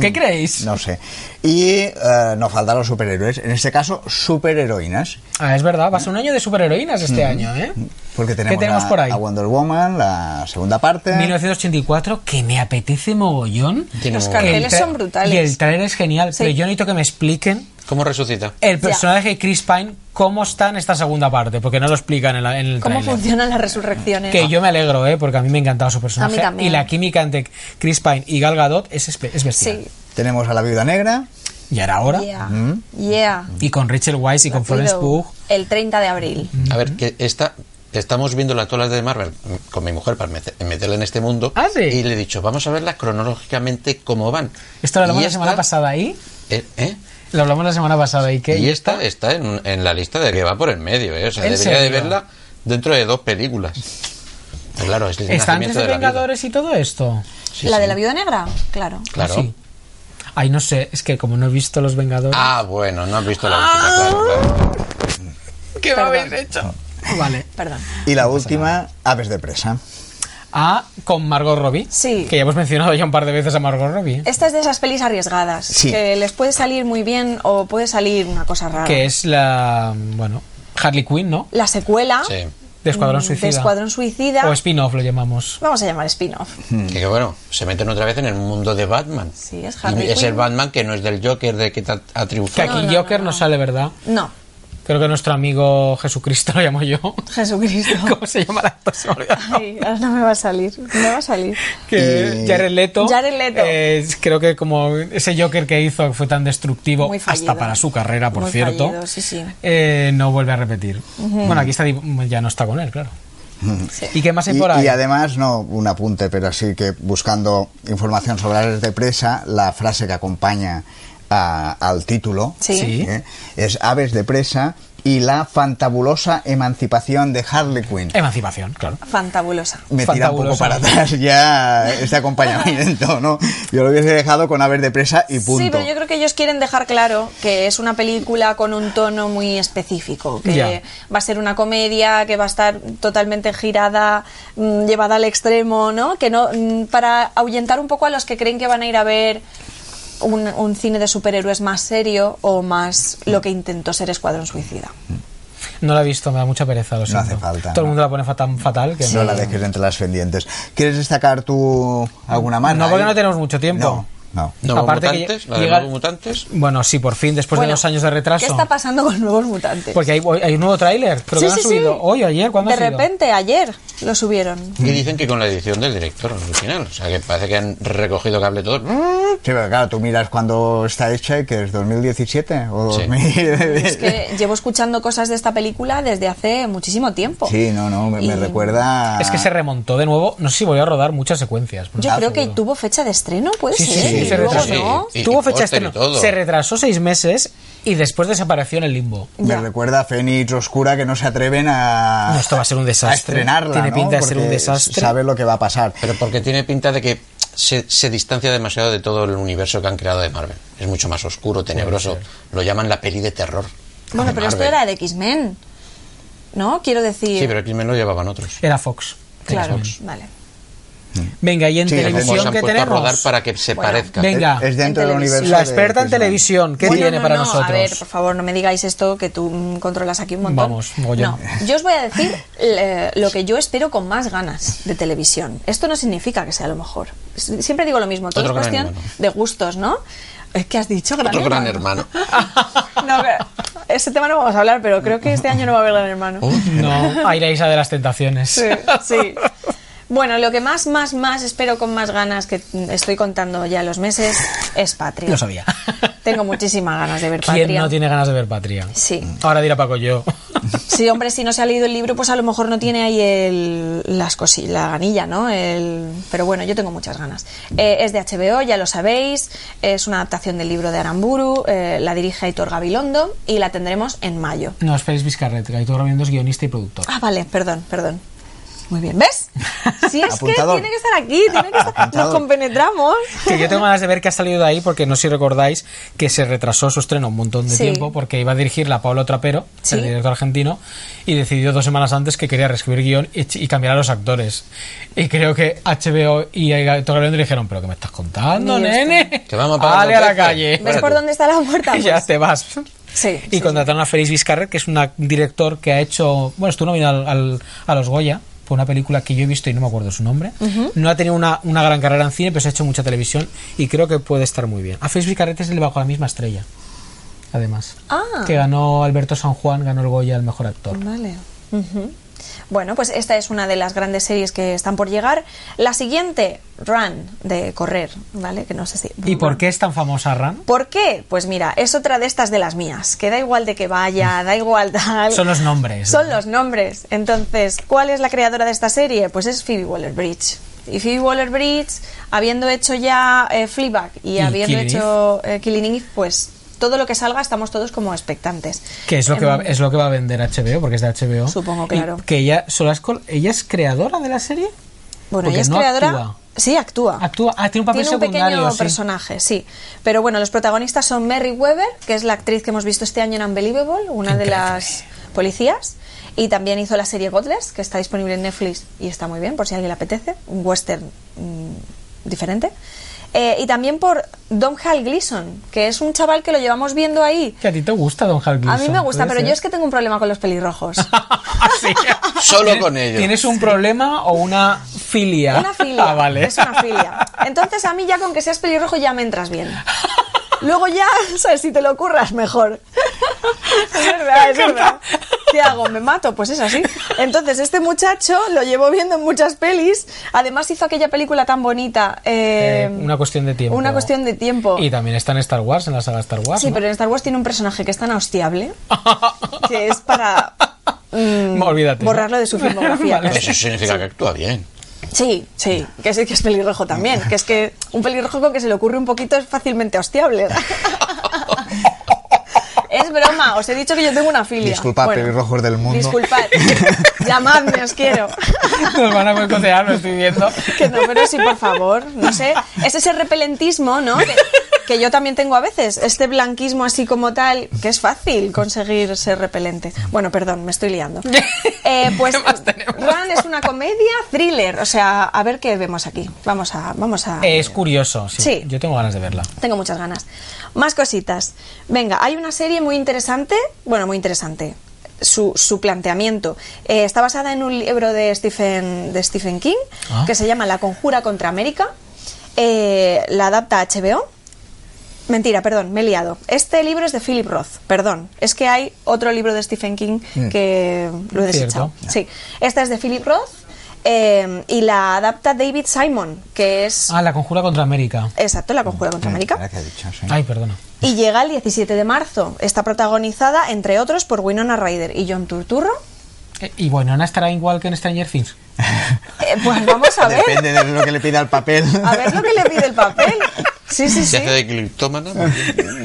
S2: ¿Qué creéis?
S1: ¿Mm? No sé. Y eh, no faltan los superhéroes. En este caso, superheroínas.
S2: Ah, es verdad, va a ser un año de superheroínas este año, ¿eh?
S1: Mm, Porque tenemos,
S2: ¿Qué tenemos
S1: a-
S2: por ahí?
S1: a Wonder Woman, la segunda parte.
S2: 1984, que me apetece mogollón.
S3: Tiene
S4: Los
S3: un-
S2: El
S4: carteles.
S2: tra-
S4: son brutales.
S2: Y el trailer es genial, pero yo necesito que me expliquen
S3: ¿Cómo resucita?
S2: el personaje de Chris Pine, ¿cómo está en esta segunda parte? Porque no lo explican en, la- en el
S4: ¿Cómo
S2: tráiler.
S4: funcionan las resurrecciones?
S2: Que yo me alegro, ¿eh? porque a mí me encantaba su personaje.
S4: A mí también.
S2: Y la química entre Chris Pine y Gal Gadot es, espe- es bestial.
S4: Sí.
S1: Tenemos a la Viuda Negra.
S2: Y ahora ahora.
S4: Yeah. Yeah.
S2: Y con Rachel Weisz y con Florence
S4: Cuido.
S2: Pugh.
S4: El 30 de abril.
S3: A ver, que esta estamos viendo las todas las de Marvel con mi mujer para mete- meterla en este mundo
S2: Ah, sí.
S3: y le he dicho, vamos a verlas cronológicamente cómo van.
S2: Esto lo hablamos
S3: Y
S2: la semana
S3: esta-
S2: pasada ahí.
S3: eh, ¿eh?
S2: Lo hablamos la semana pasada y que.
S3: Y esta está en, en la lista de que va por el medio, ¿eh? o sea,
S2: ¿En
S3: debería de
S2: serio?
S3: verla dentro de dos películas. Pero Claro, es el
S2: ¿Está antes
S3: nacimiento
S2: de
S3: de la vida.
S2: Vengadores y todo esto?
S3: Sí,
S4: ¿La
S3: sí.
S4: de la viuda negra? Claro.
S3: Claro.
S2: Sí. Ay, no sé, es que como no he visto los Vengadores.
S3: Ah, bueno, no has visto la
S2: Ah.
S3: última, claro, claro.
S2: ¿Qué me habéis hecho? Vale.
S4: Perdón.
S1: Y la última, Aves de Presa.
S2: Ah, con Margot Robbie.
S4: Sí.
S2: Que ya hemos mencionado ya un par de veces a Margot Robbie.
S4: Esta es de esas pelis arriesgadas.
S1: Sí.
S4: Que les puede salir muy bien o puede salir una cosa rara.
S2: Que es la. Bueno, Harley Quinn, ¿no?
S4: La secuela
S3: Sí.
S2: De Escuadrón
S4: mm,
S2: Suicida.
S4: de Escuadrón Suicida.
S2: O spin-off lo llamamos.
S4: Vamos a llamar spin-off.
S2: Hmm.
S3: Que, que bueno, se meten otra vez en el mundo de Batman.
S4: Sí, es Harley
S3: Y es el
S4: Quinn.
S3: Batman que no es del Joker de que ta- ha
S2: Que
S3: triunfado.
S2: aquí
S4: no,
S2: Joker no, sale, ¿verdad?
S4: No,
S2: Creo que nuestro amigo Jesucristo lo llamo yo.
S4: Jesucristo.
S2: ¿Cómo se llama el actor? Se me ha olvidado.
S4: Ay, ahora no me va a salir. No va a salir.
S2: Que
S1: Y-
S2: Jared Leto.
S4: Jared Leto.
S2: es- creo que como ese Joker que hizo que fue tan destructivo,
S4: Muy fallido.
S2: hasta para su carrera, por
S4: Muy
S2: cierto,
S4: fallido, sí, sí.
S2: eh, no vuelve a repetir. Bueno, aquí está, Di- ya no está con él, claro. ¿Y qué más hay
S1: Y,
S2: por ahí?
S1: y además, no un apunte, pero así que buscando información sobre Aves de Presa, la frase que acompaña a- al título
S4: Sí.
S2: Sí.
S1: ¿eh? es Aves de Presa y la fantabulosa emancipación de Harley Quinn.
S2: Emancipación, claro.
S4: Fantabulosa.
S1: me tira un poco
S2: Fantabulosa.
S1: para atrás ya este acompañamiento, ¿no? Yo lo hubiese dejado con Aves de Presa y punto.
S4: Sí, pero yo creo que ellos quieren dejar claro que es una película con un tono muy específico, que
S2: Ya.
S4: va a ser una comedia, que va a estar totalmente girada, mm, llevada al extremo, ¿no? Que no mm, para ahuyentar un poco a los que creen que van a ir a ver un,
S2: Pues
S4: un cine de superhéroes más serio o más lo que intentó ser Escuadrón Suicida.
S2: No la he visto, me da mucha pereza, lo siento.
S1: hace falta,
S2: Todo el
S1: no.
S2: mundo la pone fa- tan fatal que
S1: No la dejes entre las pendientes. ¿Quieres destacar tú alguna marca?
S2: No, porque
S1: ahí?
S2: no tenemos mucho tiempo.
S1: No, no.
S3: Nuevos
S2: Aparte que
S3: mutantes, la de
S2: llega-
S3: nuevos mutantes.
S2: Bueno, sí, por fin, después
S4: Bueno,
S2: de dos años de retraso.
S4: ¿Qué está pasando con Nuevos Mutantes?
S2: Porque hay, hay un nuevo tráiler, creo
S4: Sí,
S2: que lo han
S4: sí,
S2: subido
S4: sí.
S2: hoy, ayer, ¿cuándo
S4: De
S2: ha sido?
S4: repente, ayer lo subieron.
S3: Y dicen que con la edición del director original. O sea, que parece que han recogido cable todo.
S1: Sí, pero claro, tú miras cuando está hecha y que es 2017 o
S3: Sí.
S1: 2000.
S4: Es que llevo escuchando cosas de esta película desde hace muchísimo tiempo.
S1: Sí, no, no, me, me
S4: Y-
S1: recuerda.
S2: Es que se remontó de nuevo, no sé si volvió a rodar muchas secuencias. pero
S4: Yo
S2: no
S4: creo que
S2: seguro.
S4: tuvo fecha de estreno, puede
S2: Sí, sí,
S4: ser.
S2: sí,
S4: y
S2: se
S4: luego
S2: retrasó.
S4: no.
S3: Y-
S2: tuvo
S3: y
S2: fecha de
S3: póster y
S2: estreno.
S3: todo.
S2: Se retrasó seis meses y después desapareció en el limbo.
S1: Me
S4: Ya.
S1: recuerda a Fénix Oscura que no se atreven a.
S2: No, esto va a ser un desastre.
S1: A estrenarla.
S2: Tiene
S1: ¿no?
S2: pinta de ser
S1: Porque
S2: un desastre.
S1: Sabe lo que va a pasar.
S3: Pero porque tiene pinta de que se, se distancia demasiado de todo el universo que han creado de Marvel. Es mucho más oscuro, tenebroso. Lo llaman la peli de terror.
S4: Bueno,
S3: de
S4: pero esto
S3: Marvel.
S4: era de X-Men. ¿No? Quiero decir.
S3: Sí, pero el crimen lo llevaban otros.
S2: Era Fox.
S4: claro,
S2: X-Men.
S4: vale.
S2: Venga, y en
S1: Sí,
S3: Como se
S2: televisión
S3: han
S2: que
S3: puesto a rodar
S2: tenemos.
S3: para que se
S4: Bueno.
S3: parezca.
S2: Venga.
S1: Es- Es dentro
S4: En
S1: del
S4: televisión.
S1: universo.
S2: La
S1: de
S2: experta en
S1: X-Men.
S2: televisión, ¿qué
S4: Bueno,
S2: tiene
S4: no,
S2: para
S4: no,
S2: nosotros?
S4: A ver, por favor, no me digáis esto que tú mm, controlas aquí un montón.
S2: Vamos, mogollón.
S4: no, yo os voy a decir eh, lo que yo espero con más ganas de televisión. Esto no significa que sea lo mejor. S- Siempre digo lo mismo, todo
S3: Otro
S4: es
S3: gran
S4: cuestión
S3: hermano.
S4: de gustos, ¿no? Es que has dicho gran
S3: Otro gran
S4: no, pero- ese tema no vamos a hablar, pero creo que este año no va a haber gran hermano.
S2: Oh. No, Aira Isa de las tentaciones.
S4: Sí, sí. Bueno, lo que más, más, más espero con más ganas que mm, estoy contando ya los meses es Patria.
S2: Lo sabía.
S4: Tengo muchísimas ganas de ver
S2: ¿Quién
S4: Patria.
S2: no tiene ganas de ver Patria?
S4: Sí.
S2: Ahora dirá Paco yo.
S4: Sí, hombre, si no se ha leído el libro, pues a lo mejor no tiene ahí el, las cosi- la ganilla, ¿no? El, pero bueno, yo tengo muchas ganas. Eh, es de HBO, ya lo sabéis, es una adaptación del libro de Aramburu, eh, la dirige Aitor Gabilondo y la tendremos en mayo.
S2: No, es Félix Vizcarret, que tú viendo es guionista y productor.
S4: Ah, vale, perdón, perdón. Muy bien, ¿ves? Si es
S1: Apuntador.
S4: que tiene que estar aquí, tiene que estar, nos
S1: Apuntador.
S4: compenetramos.
S2: Que yo tengo ganas de ver qué ha salido de ahí, porque no sé si recordáis que se retrasó su estreno un montón de
S4: Sí.
S2: tiempo, porque iba a dirigirla Pablo Trapero,
S4: Sí.
S2: el director argentino, y decidió dos semanas antes que quería reescribir guión y, ch- y cambiar a los actores. Y creo que HBO y Héctor Galeón le dijeron, ¿pero qué me estás contando,
S4: Ni
S2: nene?
S3: Que vamos a pagar
S2: Dale
S3: los
S2: a la
S3: precios".
S2: calle.
S4: ¿Ves
S3: Espérate.
S4: por dónde está la puerta?
S2: Y ya
S4: Pues,
S2: te vas.
S4: Sí,
S2: Y
S4: sí,
S2: contrataron a Félix Vizcarret, que es un ac- director que ha hecho. Bueno, estuvo nominado al- al- a los Goya por una película que yo he visto y no me acuerdo su nombre. No ha tenido una, una gran carrera en cine, pero se ha hecho mucha televisión y creo que puede estar muy bien. A Félix Vizcarret se le bajó la misma estrella, además.
S4: Ah.
S2: Que ganó Alberto San Juan, ganó el Goya al mejor actor.
S4: Vale. Ujú. Bueno, pues esta es una de las grandes series que están por llegar. La siguiente, Run, de correr, ¿vale? Que no sé si...
S2: ¿Y por qué es tan famosa Ran?
S4: ¿Por qué? Pues mira, es otra de estas de las mías, que da igual de que vaya, da igual tal...
S2: Son los nombres.
S4: Son los nombres. Entonces, ¿cuál es la creadora de esta serie? Pues es Phoebe Waller-Bridge. Y Phoebe Waller-Bridge, habiendo hecho ya eh, Fleabag y,
S2: Y
S4: habiendo
S2: Killing
S4: hecho eh, Killing Eve, pues todo lo que salga estamos todos como expectantes.
S2: Que es lo que, va,
S4: Em,
S2: es lo que va a vender HBO, porque es de HBO.
S4: Supongo, claro.
S2: Y que ella, solo es col- ¿Ella es creadora de la serie?
S4: Bueno,
S2: Porque
S4: ella es
S2: no
S4: creadora.
S2: actúa.
S4: Sí, actúa.
S2: Actúa. Ah, tiene un papel
S4: Tiene un
S2: secundario.
S4: pequeño
S2: sí.
S4: personaje, sí. Pero bueno, los protagonistas son Mary Weber, que es la actriz que hemos visto este año en Unbelievable, una de
S2: Increíble.
S4: las policías. Y también hizo la serie Godless, que está disponible en Netflix y está muy bien, por si a alguien le apetece. Un western mm, diferente. Eh, y también por Don Hal Gleason, que es un chaval que lo llevamos viendo ahí.
S2: Que a ti te gusta Don Hal
S4: A
S2: Gleason,
S4: mí me gusta,
S2: puede
S4: pero
S2: ser.
S4: yo es que tengo un problema con los pelirrojos.
S2: Ah, sí.
S3: Solo
S2: ¿Tienes-
S3: con ello.
S2: ¿Tienes un problema o una filia?
S4: Una filia.
S2: Ah, vale.
S4: Es una filia. Entonces a mí ya con que seas pelirrojo ya me entras bien. Luego ya, ¿sabes? Si te lo ocurras, mejor. Es verdad, es verdad. ¿Qué hago? ¿Me mato? Pues es así. Entonces, este muchacho lo llevo viendo en muchas pelis. Además, hizo aquella película tan bonita. eh,
S2: Eh, una cuestión de tiempo.
S4: Una cuestión de tiempo.
S2: Y también está en Star Wars, en la saga Star Wars.
S4: Sí,
S2: ¿no?
S4: pero en Star Wars tiene un personaje que es tan hostiable que es para. mm,
S2: Olvídate, ¿no?
S4: Borrarlo de su filmografía.
S2: Vale.
S4: casi.
S3: Eso significa que actúa bien.
S4: Sí, sí, que sí que es pelirrojo también, que es que un pelirrojo con que se le ocurre un poquito es fácilmente hostiable. Es broma, os he dicho que yo tengo una filia.
S1: Disculpad, pelirrojos del mundo.
S4: Disculpad, llamadme, os quiero.
S2: Nos van a boicotear, lo estoy viendo.
S4: Que no, pero sí, por favor, no sé. Es ese repelentismo, ¿no? Que, que yo también tengo a veces. Este blanquismo así como tal, que es fácil conseguir ser repelente. Bueno, perdón, me estoy liando. Eh, pues
S2: ¿Qué más tenemos?
S4: Run es una comedia thriller. O sea, a ver qué vemos aquí. Vamos a... Vamos a
S2: Eh, es curioso. Sí,
S4: Sí.
S2: Yo tengo ganas de verla.
S4: Tengo muchas ganas. Más cositas. Venga, hay una serie muy interesante. Bueno, muy interesante. su, su planteamiento. Eh, está basada en un libro de Stephen, de Stephen King
S2: Ah.
S4: que se llama La Conjura contra América. Eh, la adapta a HBO. Mentira, perdón, me he liado. Este libro es de Philip Roth, perdón. Es que hay otro libro de Stephen King que lo he desechado.
S2: Mm. Cierto.
S4: Sí, esta es de Philip Roth eh, y la adapta David Simon, que es...
S2: Ah, Mm. la conjura contra América.
S4: Exacto, la conjura contra América.
S1: Ahora que ha dicho, sí.
S2: Ay, perdona.
S4: Y llega el 17 de marzo. Está protagonizada, entre otros, por Winona Ryder y John Turturro.
S2: Eh, Y bueno, Ana estará igual que en Stranger Things.
S4: Eh, pues vamos a ver.
S1: Depende de lo que le pida el papel.
S4: A ver lo que le pide el papel. Sí,
S3: Se
S4: sí, sí.
S3: hace de criptómana. muy bien.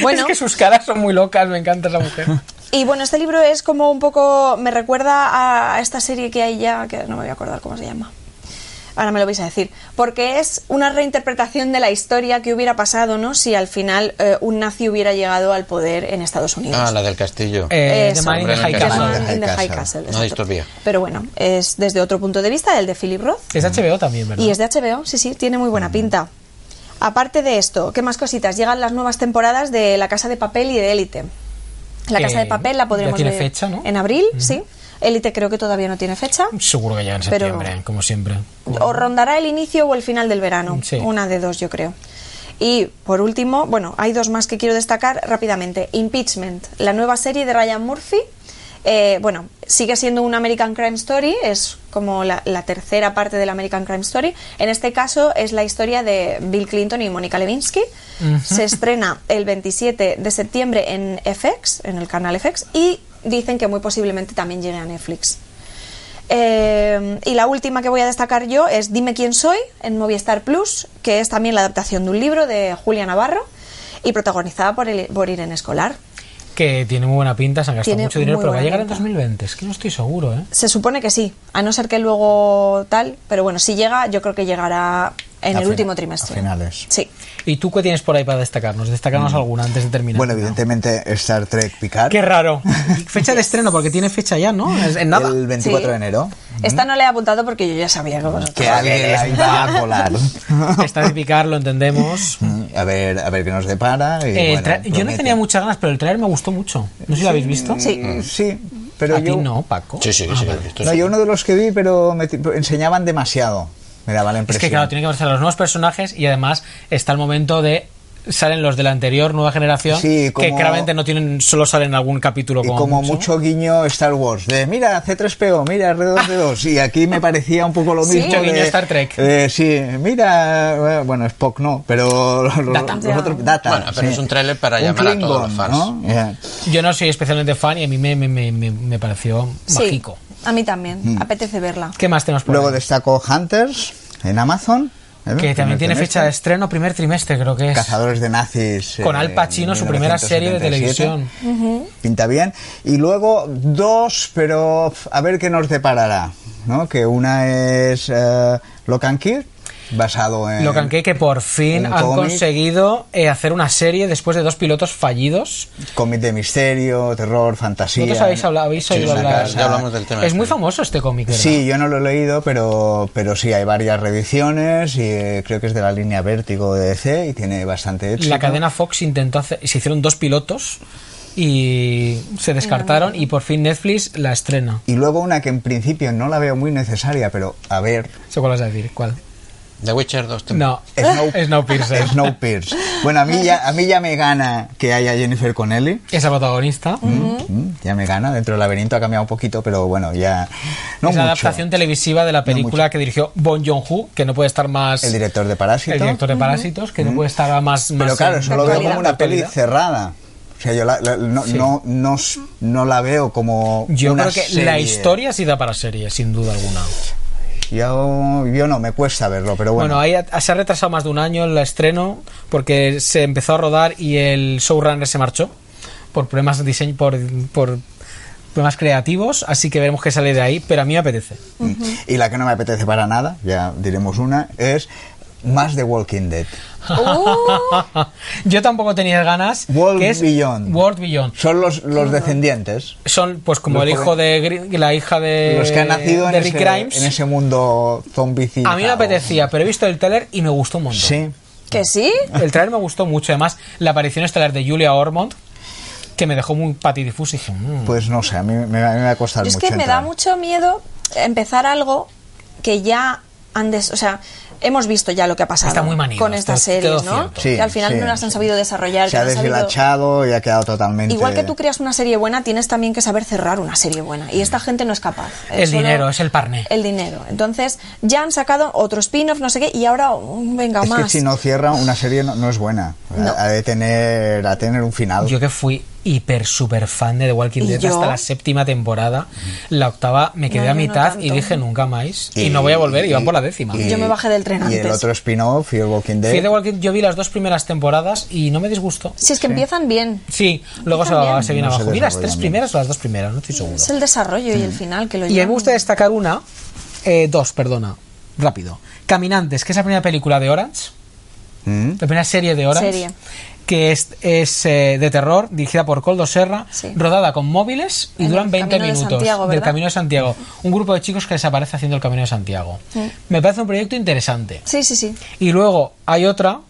S4: Bueno.
S2: Es que sus caras son muy locas, me encanta esa mujer.
S4: Y bueno, este libro es como un poco. Me recuerda a esta serie que hay ya, que no me voy a acordar cómo se llama. Ahora me lo vais a decir. Porque es una reinterpretación de la historia que hubiera pasado, ¿no? Si al final eh, un nazi hubiera llegado al poder en Estados Unidos.
S3: Ah, la del castillo.
S2: Eh,
S4: Eso.
S2: The Man in the
S3: Hombre,
S2: High
S3: me
S4: The
S3: encanta.
S2: Castle.
S4: Man in the High Castle,
S3: Una
S4: exacto.
S3: distopía.
S4: Pero bueno, es desde otro punto de vista, el de Philip Roth.
S2: Es HBO también, ¿verdad?
S4: Y es de HBO, sí, sí, tiene muy
S2: Mm.
S4: buena pinta. Aparte de esto, ¿qué más cositas? Llegan las nuevas temporadas de La Casa de Papel y de Élite. La Casa
S2: Eh,
S4: de Papel
S2: ya
S4: la podremos
S2: tiene
S4: ver
S2: fecha, ¿no?
S4: en abril, sí. Élite creo que todavía no tiene fecha.
S2: Seguro que llega en
S4: Pero-
S2: septiembre, como siempre.
S4: O rondará el inicio o el final del verano.
S2: Sí.
S4: Una de dos, yo creo. Y por último, bueno, hay dos más que quiero destacar rápidamente. Impeachment, la nueva serie de Ryan Murphy. Eh, bueno, sigue siendo una American Crime Story, es como la, la tercera parte de la American Crime Story. En este caso es la historia de Bill Clinton y Mónica Lewinsky. Se estrena el 27 de septiembre en FX, en el canal FX, y dicen que muy posiblemente también llegue a Netflix. Eh, y la última que voy a destacar yo es Dime quién soy en Movistar Plus, que es también la adaptación de un libro de Julia Navarro y protagonizada por, el, por Irene Escolar.
S2: Que tiene muy buena pinta, se han gastado
S4: Tiene
S2: mucho dinero,
S4: muy
S2: pero va a
S4: buena
S2: llegar en
S4: pinta.
S2: 2020. Es que no estoy seguro, ¿eh?
S4: Se supone que sí, a no ser que luego tal, pero bueno, si llega, yo creo que llegará en
S1: A
S4: el
S1: fin-
S4: último
S1: a
S4: trimestre.
S1: finales.
S4: Sí.
S2: ¿Y tú qué tienes por ahí para destacarnos? Destacarnos alguna antes de terminar.
S1: Bueno, evidentemente Star Trek Picard.
S2: Qué raro. Fecha de estreno, porque tiene fecha ya, ¿no? Es- En nada.
S1: El 24
S4: Sí.
S1: de enero. Mm.
S4: Esta no la he apuntado porque yo ya sabía que vosotros.
S1: Que alguien la iba a volar.
S2: Está de picar, lo entendemos.
S1: A ver, a ver qué nos depara. y
S2: Eh, el
S1: bueno,
S2: tra- yo no
S1: promete.
S2: tenía muchas ganas, pero el trailer me gustó mucho. No sé si lo habéis visto.
S4: Sí.
S1: Sí, pero
S2: A
S1: yo.
S2: ti no, Paco.
S3: Sí, sí,
S2: Ah,
S3: sí.
S2: vale.
S3: esto es-
S1: No, yo uno de los que vi, pero me ti- enseñaban demasiado. Me daba la
S2: Es
S1: impresión.
S2: que claro, tiene que aparecer los nuevos personajes y además está el momento de salen los de la anterior nueva generación
S1: Sí,
S2: que
S1: como-
S2: claramente no tienen solo salen en algún capítulo
S1: y como mucho guiño Star Wars, de mira C3PO, mira R2D2, y aquí me parecía un poco lo
S2: Sí.
S1: mismo.
S2: Mucho
S1: de-
S2: guiño Star Trek.
S1: eh, sí, mira, eh, bueno, Spock no, pero los, los-
S2: Data.
S1: los otros. Data.
S3: Bueno, pero
S1: sí.
S3: es un tráiler para
S1: Un
S3: llamar a todos los
S1: Klingon,
S3: fans.
S1: ¿no? Yeah.
S2: yo no soy especialmente fan y a mí me, me- me- me- me pareció
S4: Sí,
S2: mágico
S4: a mí también,
S1: Mm.
S4: apetece verla.
S2: ¿qué más tenemos por
S1: Luego
S2: ahí?
S1: destacó Hunters en Amazon. ¿eh?
S2: que también
S1: Primer
S2: tiene fecha de
S1: trimestre.
S2: estreno primer trimestre creo que es
S1: Cazadores de nazis. eh,
S2: Con Al Pacino, su primera serie de
S1: 1977.
S2: televisión.
S1: Pinta bien. Y luego dos, pero pf, a ver qué nos deparará. ¿no? Que una es eh, Locan Kid, basado en.
S2: Lo canqué que por fin
S1: un
S2: han
S1: cómic.
S2: conseguido eh, hacer una serie después de dos pilotos fallidos
S1: Cómic de misterio, terror, fantasía.
S2: vosotros habéis hablado habéis
S3: Sí,
S2: oído
S3: ya-
S2: hablar
S3: ya hablamos del tema.
S2: es muy
S3: este.
S2: famoso este cómic ¿verdad?
S1: Sí, yo no lo he leído, pero, pero sí, hay varias reediciones y eh, creo que es de la línea Vértigo de DC y tiene bastante éxito.
S2: La cadena Fox intentó hacer, se hicieron dos pilotos y se descartaron y por fin Netflix la estrena.
S1: Y luego una que en principio no la veo muy necesaria, pero a ver,
S2: ¿Eso cuál vas a decir? ¿Cuál?
S3: The Witcher 2. también.
S2: No.
S1: Snow-
S2: Snowpiercer.
S1: Snowpiercer. Bueno, a mí ya, a mí ya me gana que haya Jennifer Connelly.
S2: Es la protagonista.
S1: Mm, Ya me gana. Dentro del laberinto ha cambiado un poquito, pero bueno, ya. No
S2: es
S1: mucho.
S2: la adaptación televisiva de la película que dirigió Bon Joon-ho, que no puede estar más...
S1: El director de Parásito.
S2: el director de Parásitos, que no puede estar más...
S1: Pero
S2: más
S1: claro,
S2: en-
S1: eso lo veo
S4: actualidad.
S1: como una peli
S2: actualidad.
S1: cerrada. O sea, yo la- la- no,
S2: Sí.
S1: no, no, s- no la veo como.
S2: Yo
S1: una
S2: creo que la
S1: serie.
S2: historia sí da para serie, sin duda alguna.
S1: Yo, yo no, me cuesta verlo, pero bueno.
S2: Bueno, ahí ha- se ha retrasado más de un año el estreno porque se empezó a rodar y el showrunner se marchó por problemas de diseño, por, por problemas creativos, así que veremos qué sale de ahí, pero a mí me apetece.
S1: Mm. Y la que no me apetece para nada, ya diremos una, es más de Walking Dead.
S4: Uh,
S2: Yo tampoco tenía ganas.
S1: World
S2: que es
S1: Beyond.
S2: World Beyond.
S1: Son los, los descendientes.
S2: Son, pues, como
S1: Los
S2: el hijo de Gri- la hija de,
S1: los que han nacido en,
S2: de Rick
S1: ese,
S2: Grimes.
S1: en ese mundo zombicida.
S2: a mí me apetecía, pero he visto el trailer y me gustó un montón.
S1: Sí.
S4: ¿Que sí?
S2: El trailer me gustó mucho. Además, la aparición estelar de Julia Ormond, que me dejó muy patidifuso y dije, "Mm,
S1: Pues no sé, a mí me, a mí me va a costar
S4: Yo es
S1: mucho.
S4: que me da
S1: entrar.
S4: mucho miedo empezar algo que ya antes, o sea, hemos visto ya lo que ha pasado
S2: Está muy manido,
S4: con
S2: está-
S4: estas
S2: todo
S4: series, ¿no?
S2: cierto.
S1: Sí,
S4: que al final
S1: sí,
S4: no las han
S1: sí.
S4: sabido desarrollar.
S1: Se
S4: que
S1: ha
S4: no han sabido-
S1: deshilachado y ha quedado totalmente.
S4: Igual que tú creas una serie buena, tienes también que saber cerrar una serie buena. Y esta gente no es capaz.
S2: El
S4: Es solo
S2: dinero, es el parné.
S4: El dinero. Entonces, ya han sacado otro spin-off, no sé qué, y ahora, mm, venga,
S1: Es
S4: más.
S1: que si no cierra una serie no, no es buena.
S4: No.
S1: Ha de tener, ha tener un final.
S2: Yo que fui hiper super fan de The Walking
S4: ¿Y
S2: Dead
S4: yo?
S2: hasta la séptima temporada, la octava me quedé
S4: No,
S2: a
S4: yo no
S2: mitad y
S4: tanto.
S2: dije nunca más y, no voy a volver y van por la décima.
S4: y- Yo me bajé del tren
S1: Y el
S4: antes.
S1: otro spin-off, Fear Walking Dead.
S2: Fear the Walking yo vi las dos primeras temporadas y no me disgustó.
S4: Si es que empiezan bien.
S2: Sí, luego se,
S4: También.
S2: se viene
S1: No se
S2: abajo. Vi las
S1: desarrolla
S2: tres
S1: mucho.
S2: primeras o las dos primeras, no estoy seguro.
S4: Es el desarrollo y el
S1: Mm.
S4: final que lo
S2: Y a mí
S4: llevan.
S2: me gusta destacar una, eh, dos, perdona, rápido. Caminantes, que es la primera película de Orange.
S1: ¿Mm?
S2: La primera serie de Orange.
S4: Serie.
S2: Que es, es, eh, de terror, dirigida por Coldo Serra,
S4: Sí.
S2: rodada con móviles y
S4: En el
S2: duran 20
S4: Camino de
S2: minutos.
S4: Santiago,
S2: del
S4: ¿verdad?
S2: Camino de Santiago. Un grupo de chicos que desaparece haciendo el Camino de Santiago. Me parece un proyecto interesante.
S4: Sí, sí, sí.
S2: Y luego hay otra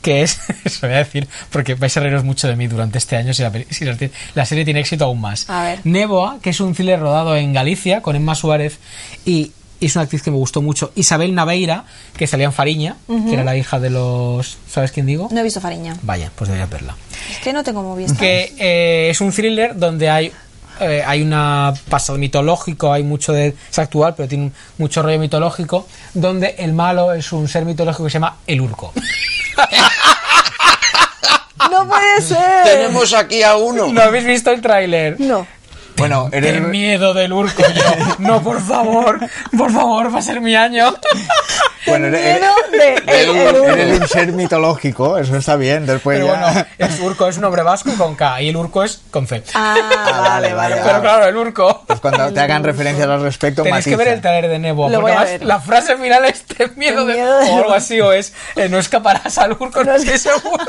S2: que es, os lo voy a decir, porque vais a reíros mucho de mí durante este año si la, peli- si la ti- la serie tiene éxito aún más.
S4: A ver.
S2: Neboa, que es un thriller rodado en Galicia con Emma Suárez y, y es una actriz que me gustó mucho. Isabel Naveira, que salía en Fariña, que era la hija de los... ¿Sabes quién digo?
S4: No he visto Fariña.
S2: Vaya, pues deberías verla
S4: Es que no tengo Movistar.
S2: que eh, es un thriller donde hay eh, hay una pasado mitológico, hay mucho de es actual, pero tiene mucho rollo mitológico, donde el malo es un ser mitológico que se llama el urco. Ah.
S4: ¡No puede ser!
S3: Tenemos aquí a uno.
S2: ¿No habéis visto el tráiler?
S4: No.
S1: Bueno, eres,
S2: El miedo del urco. yo, No, por favor, por favor, va a ser mi año.
S1: Pues bueno, eres- eres-
S4: Miedo de- el- el
S1: eres
S4: uno.
S1: un ser mitológico, eso está bien. Después
S2: Pero
S1: ya.
S2: bueno, el urco es un hombre vasco con K y el urco es con C.
S4: Ah, vale, vale.
S2: Pero claro, el urco.
S1: Pues cuando te hagan referencias al respecto,
S2: Tenéis que ver
S1: matiza.
S2: el trailer de Nebo. porque
S4: Lo voy a
S2: además
S4: ver.
S2: La frase final es ten miedo,
S4: Ten
S2: de...
S4: miedo de-
S2: o algo así, o es eh, no escaparás al urco, no estoy seguro.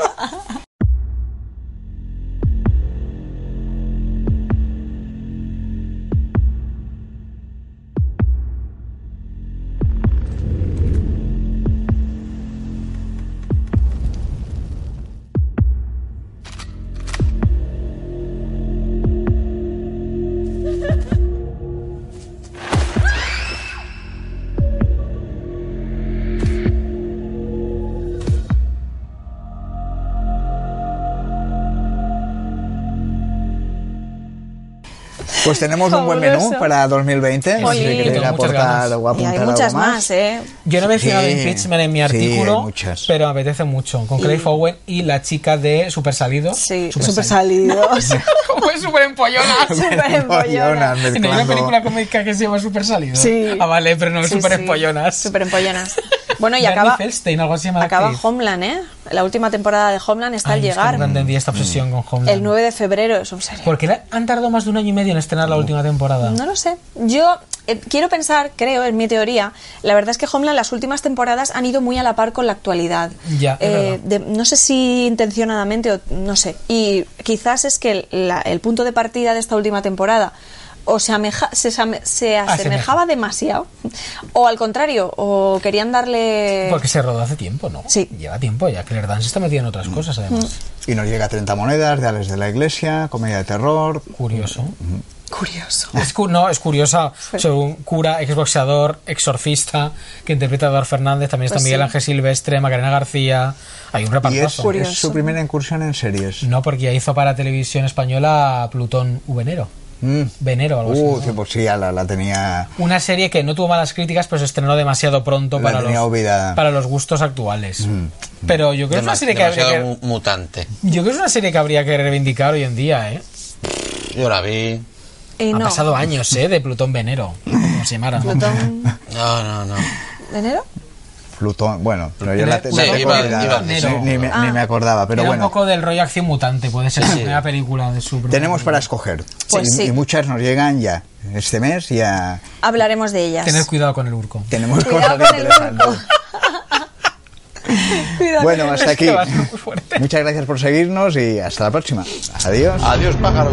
S1: Pues tenemos un buen menú
S4: Fabuloso.
S1: para 2020. No sé si
S4: Oye.
S1: queréis
S2: Tengo muchas
S1: aportar
S2: ganas.
S1: o
S4: Y
S1: apuntar
S4: hay
S1: algo
S4: muchas
S1: más.
S4: más, ¿eh?
S2: Yo no he mencionado
S1: Sí,
S2: impeachment en mi
S1: sí, hay
S2: artículo,
S1: muchas.
S2: pero me apetece mucho. Con Clay Fowen y la chica de Super Salido.
S4: Sí,
S2: Super
S4: súper
S2: Salido.
S4: salidos. Ah,
S2: Como es súper empollona.
S4: Súper empollonas.
S1: Empollonas,
S2: En una
S1: mezclando-
S2: película cómica que se llama Super Salido.
S4: Sí.
S2: Ah, vale, pero no,
S4: Sí,
S2: súper
S4: sí.
S2: empollonas.
S4: Súper empollonas. Bueno, y
S2: Barney
S4: acaba,
S2: Feldstein, algo así se llama la
S4: acaba
S2: actriz.
S4: Homeland, ¿eh? La última temporada de Homeland está al
S2: Ay, es que nunca
S4: llegar.
S2: entendí esta obsesión
S1: Mm.
S2: con Homeland.
S4: El 9 de febrero es un serio.
S2: Porque la- han tardado más de un año y medio en estrenar la última temporada.
S4: No lo sé. Yo eh, quiero pensar, creo, en mi teoría. La verdad es que Homeland las últimas temporadas han ido muy a la par con la actualidad.
S2: Ya, es
S4: Eh, de- no sé si intencionadamente o no sé. Y quizás es que el, la- el punto de partida de esta última temporada o se, ameja- se, same- se asemejaba demasiado o al contrario o querían darle
S2: Porque se rodó hace tiempo, ¿no?
S4: eh. Sí.
S2: Lleva tiempo ya. Claire Dance está metida en
S1: Mm.
S2: otras cosas, además.
S1: Y nos llega 30 monedas de Alex de la Iglesia, comedia de terror.
S4: Mm.
S2: Curioso.
S1: Mm.
S4: curioso.
S2: Es cu- no, es curiosa. Soy un cura, exboxeador, exorcista, que interpreta a Eduardo Fernández. También está
S4: Pues
S2: Miguel
S4: sí.
S2: Ángel Silvestre, Macarena García.
S1: Y
S2: Hay un
S1: es,
S2: repartazo.
S4: Curioso.
S1: es su primera incursión en series.
S2: No, porque ya hizo para televisión española Plutón Venero.
S1: Mm.
S2: Venero, algo así.
S1: Uh,
S2: ¿no?
S1: que pues sí, ya la, la tenía.
S2: Una serie que no tuvo malas críticas, pero se estrenó demasiado pronto
S1: La
S2: para
S1: tenía
S2: los,
S1: olvidada. Mm,
S2: para los gustos actuales. Pero yo creo que es una
S3: Dema-
S2: serie que habría
S3: demasiado
S2: que,
S3: mu- mutante.
S2: yo creo que es una serie que habría que reivindicar hoy en día, ¿eh?
S3: Yo la vi.
S4: Y
S2: Han
S4: no.
S2: pasado años, ¿eh? De Plutón Venero, como se llamara.
S4: Plutón
S3: No, no, no.
S4: de enero.
S1: Plutón. Bueno, pero yo la, te-
S2: Sí,
S1: la tengo
S2: iba-
S1: olvidada.
S2: iba
S1: ni,
S2: enero.
S1: ni me, ni
S4: Ah.
S1: me acordaba, pero
S2: Era un
S1: bueno.
S2: poco del rollo acción mutante, puede ser la primera película de su...
S1: Tenemos para escoger.
S4: Pues
S1: y,
S4: sí.
S1: y muchas nos llegan ya. Este mes ya
S4: Hablaremos de ellas.
S2: Tener cuidado con el urco.
S1: tenemos
S4: Cuidado
S1: cosas
S4: con el barco.
S1: interesantes. Bueno, hasta aquí.
S2: que va a ser muy fuerte.
S1: Muchas gracias por seguirnos y hasta la próxima. Adiós.
S3: Adiós, pájaro.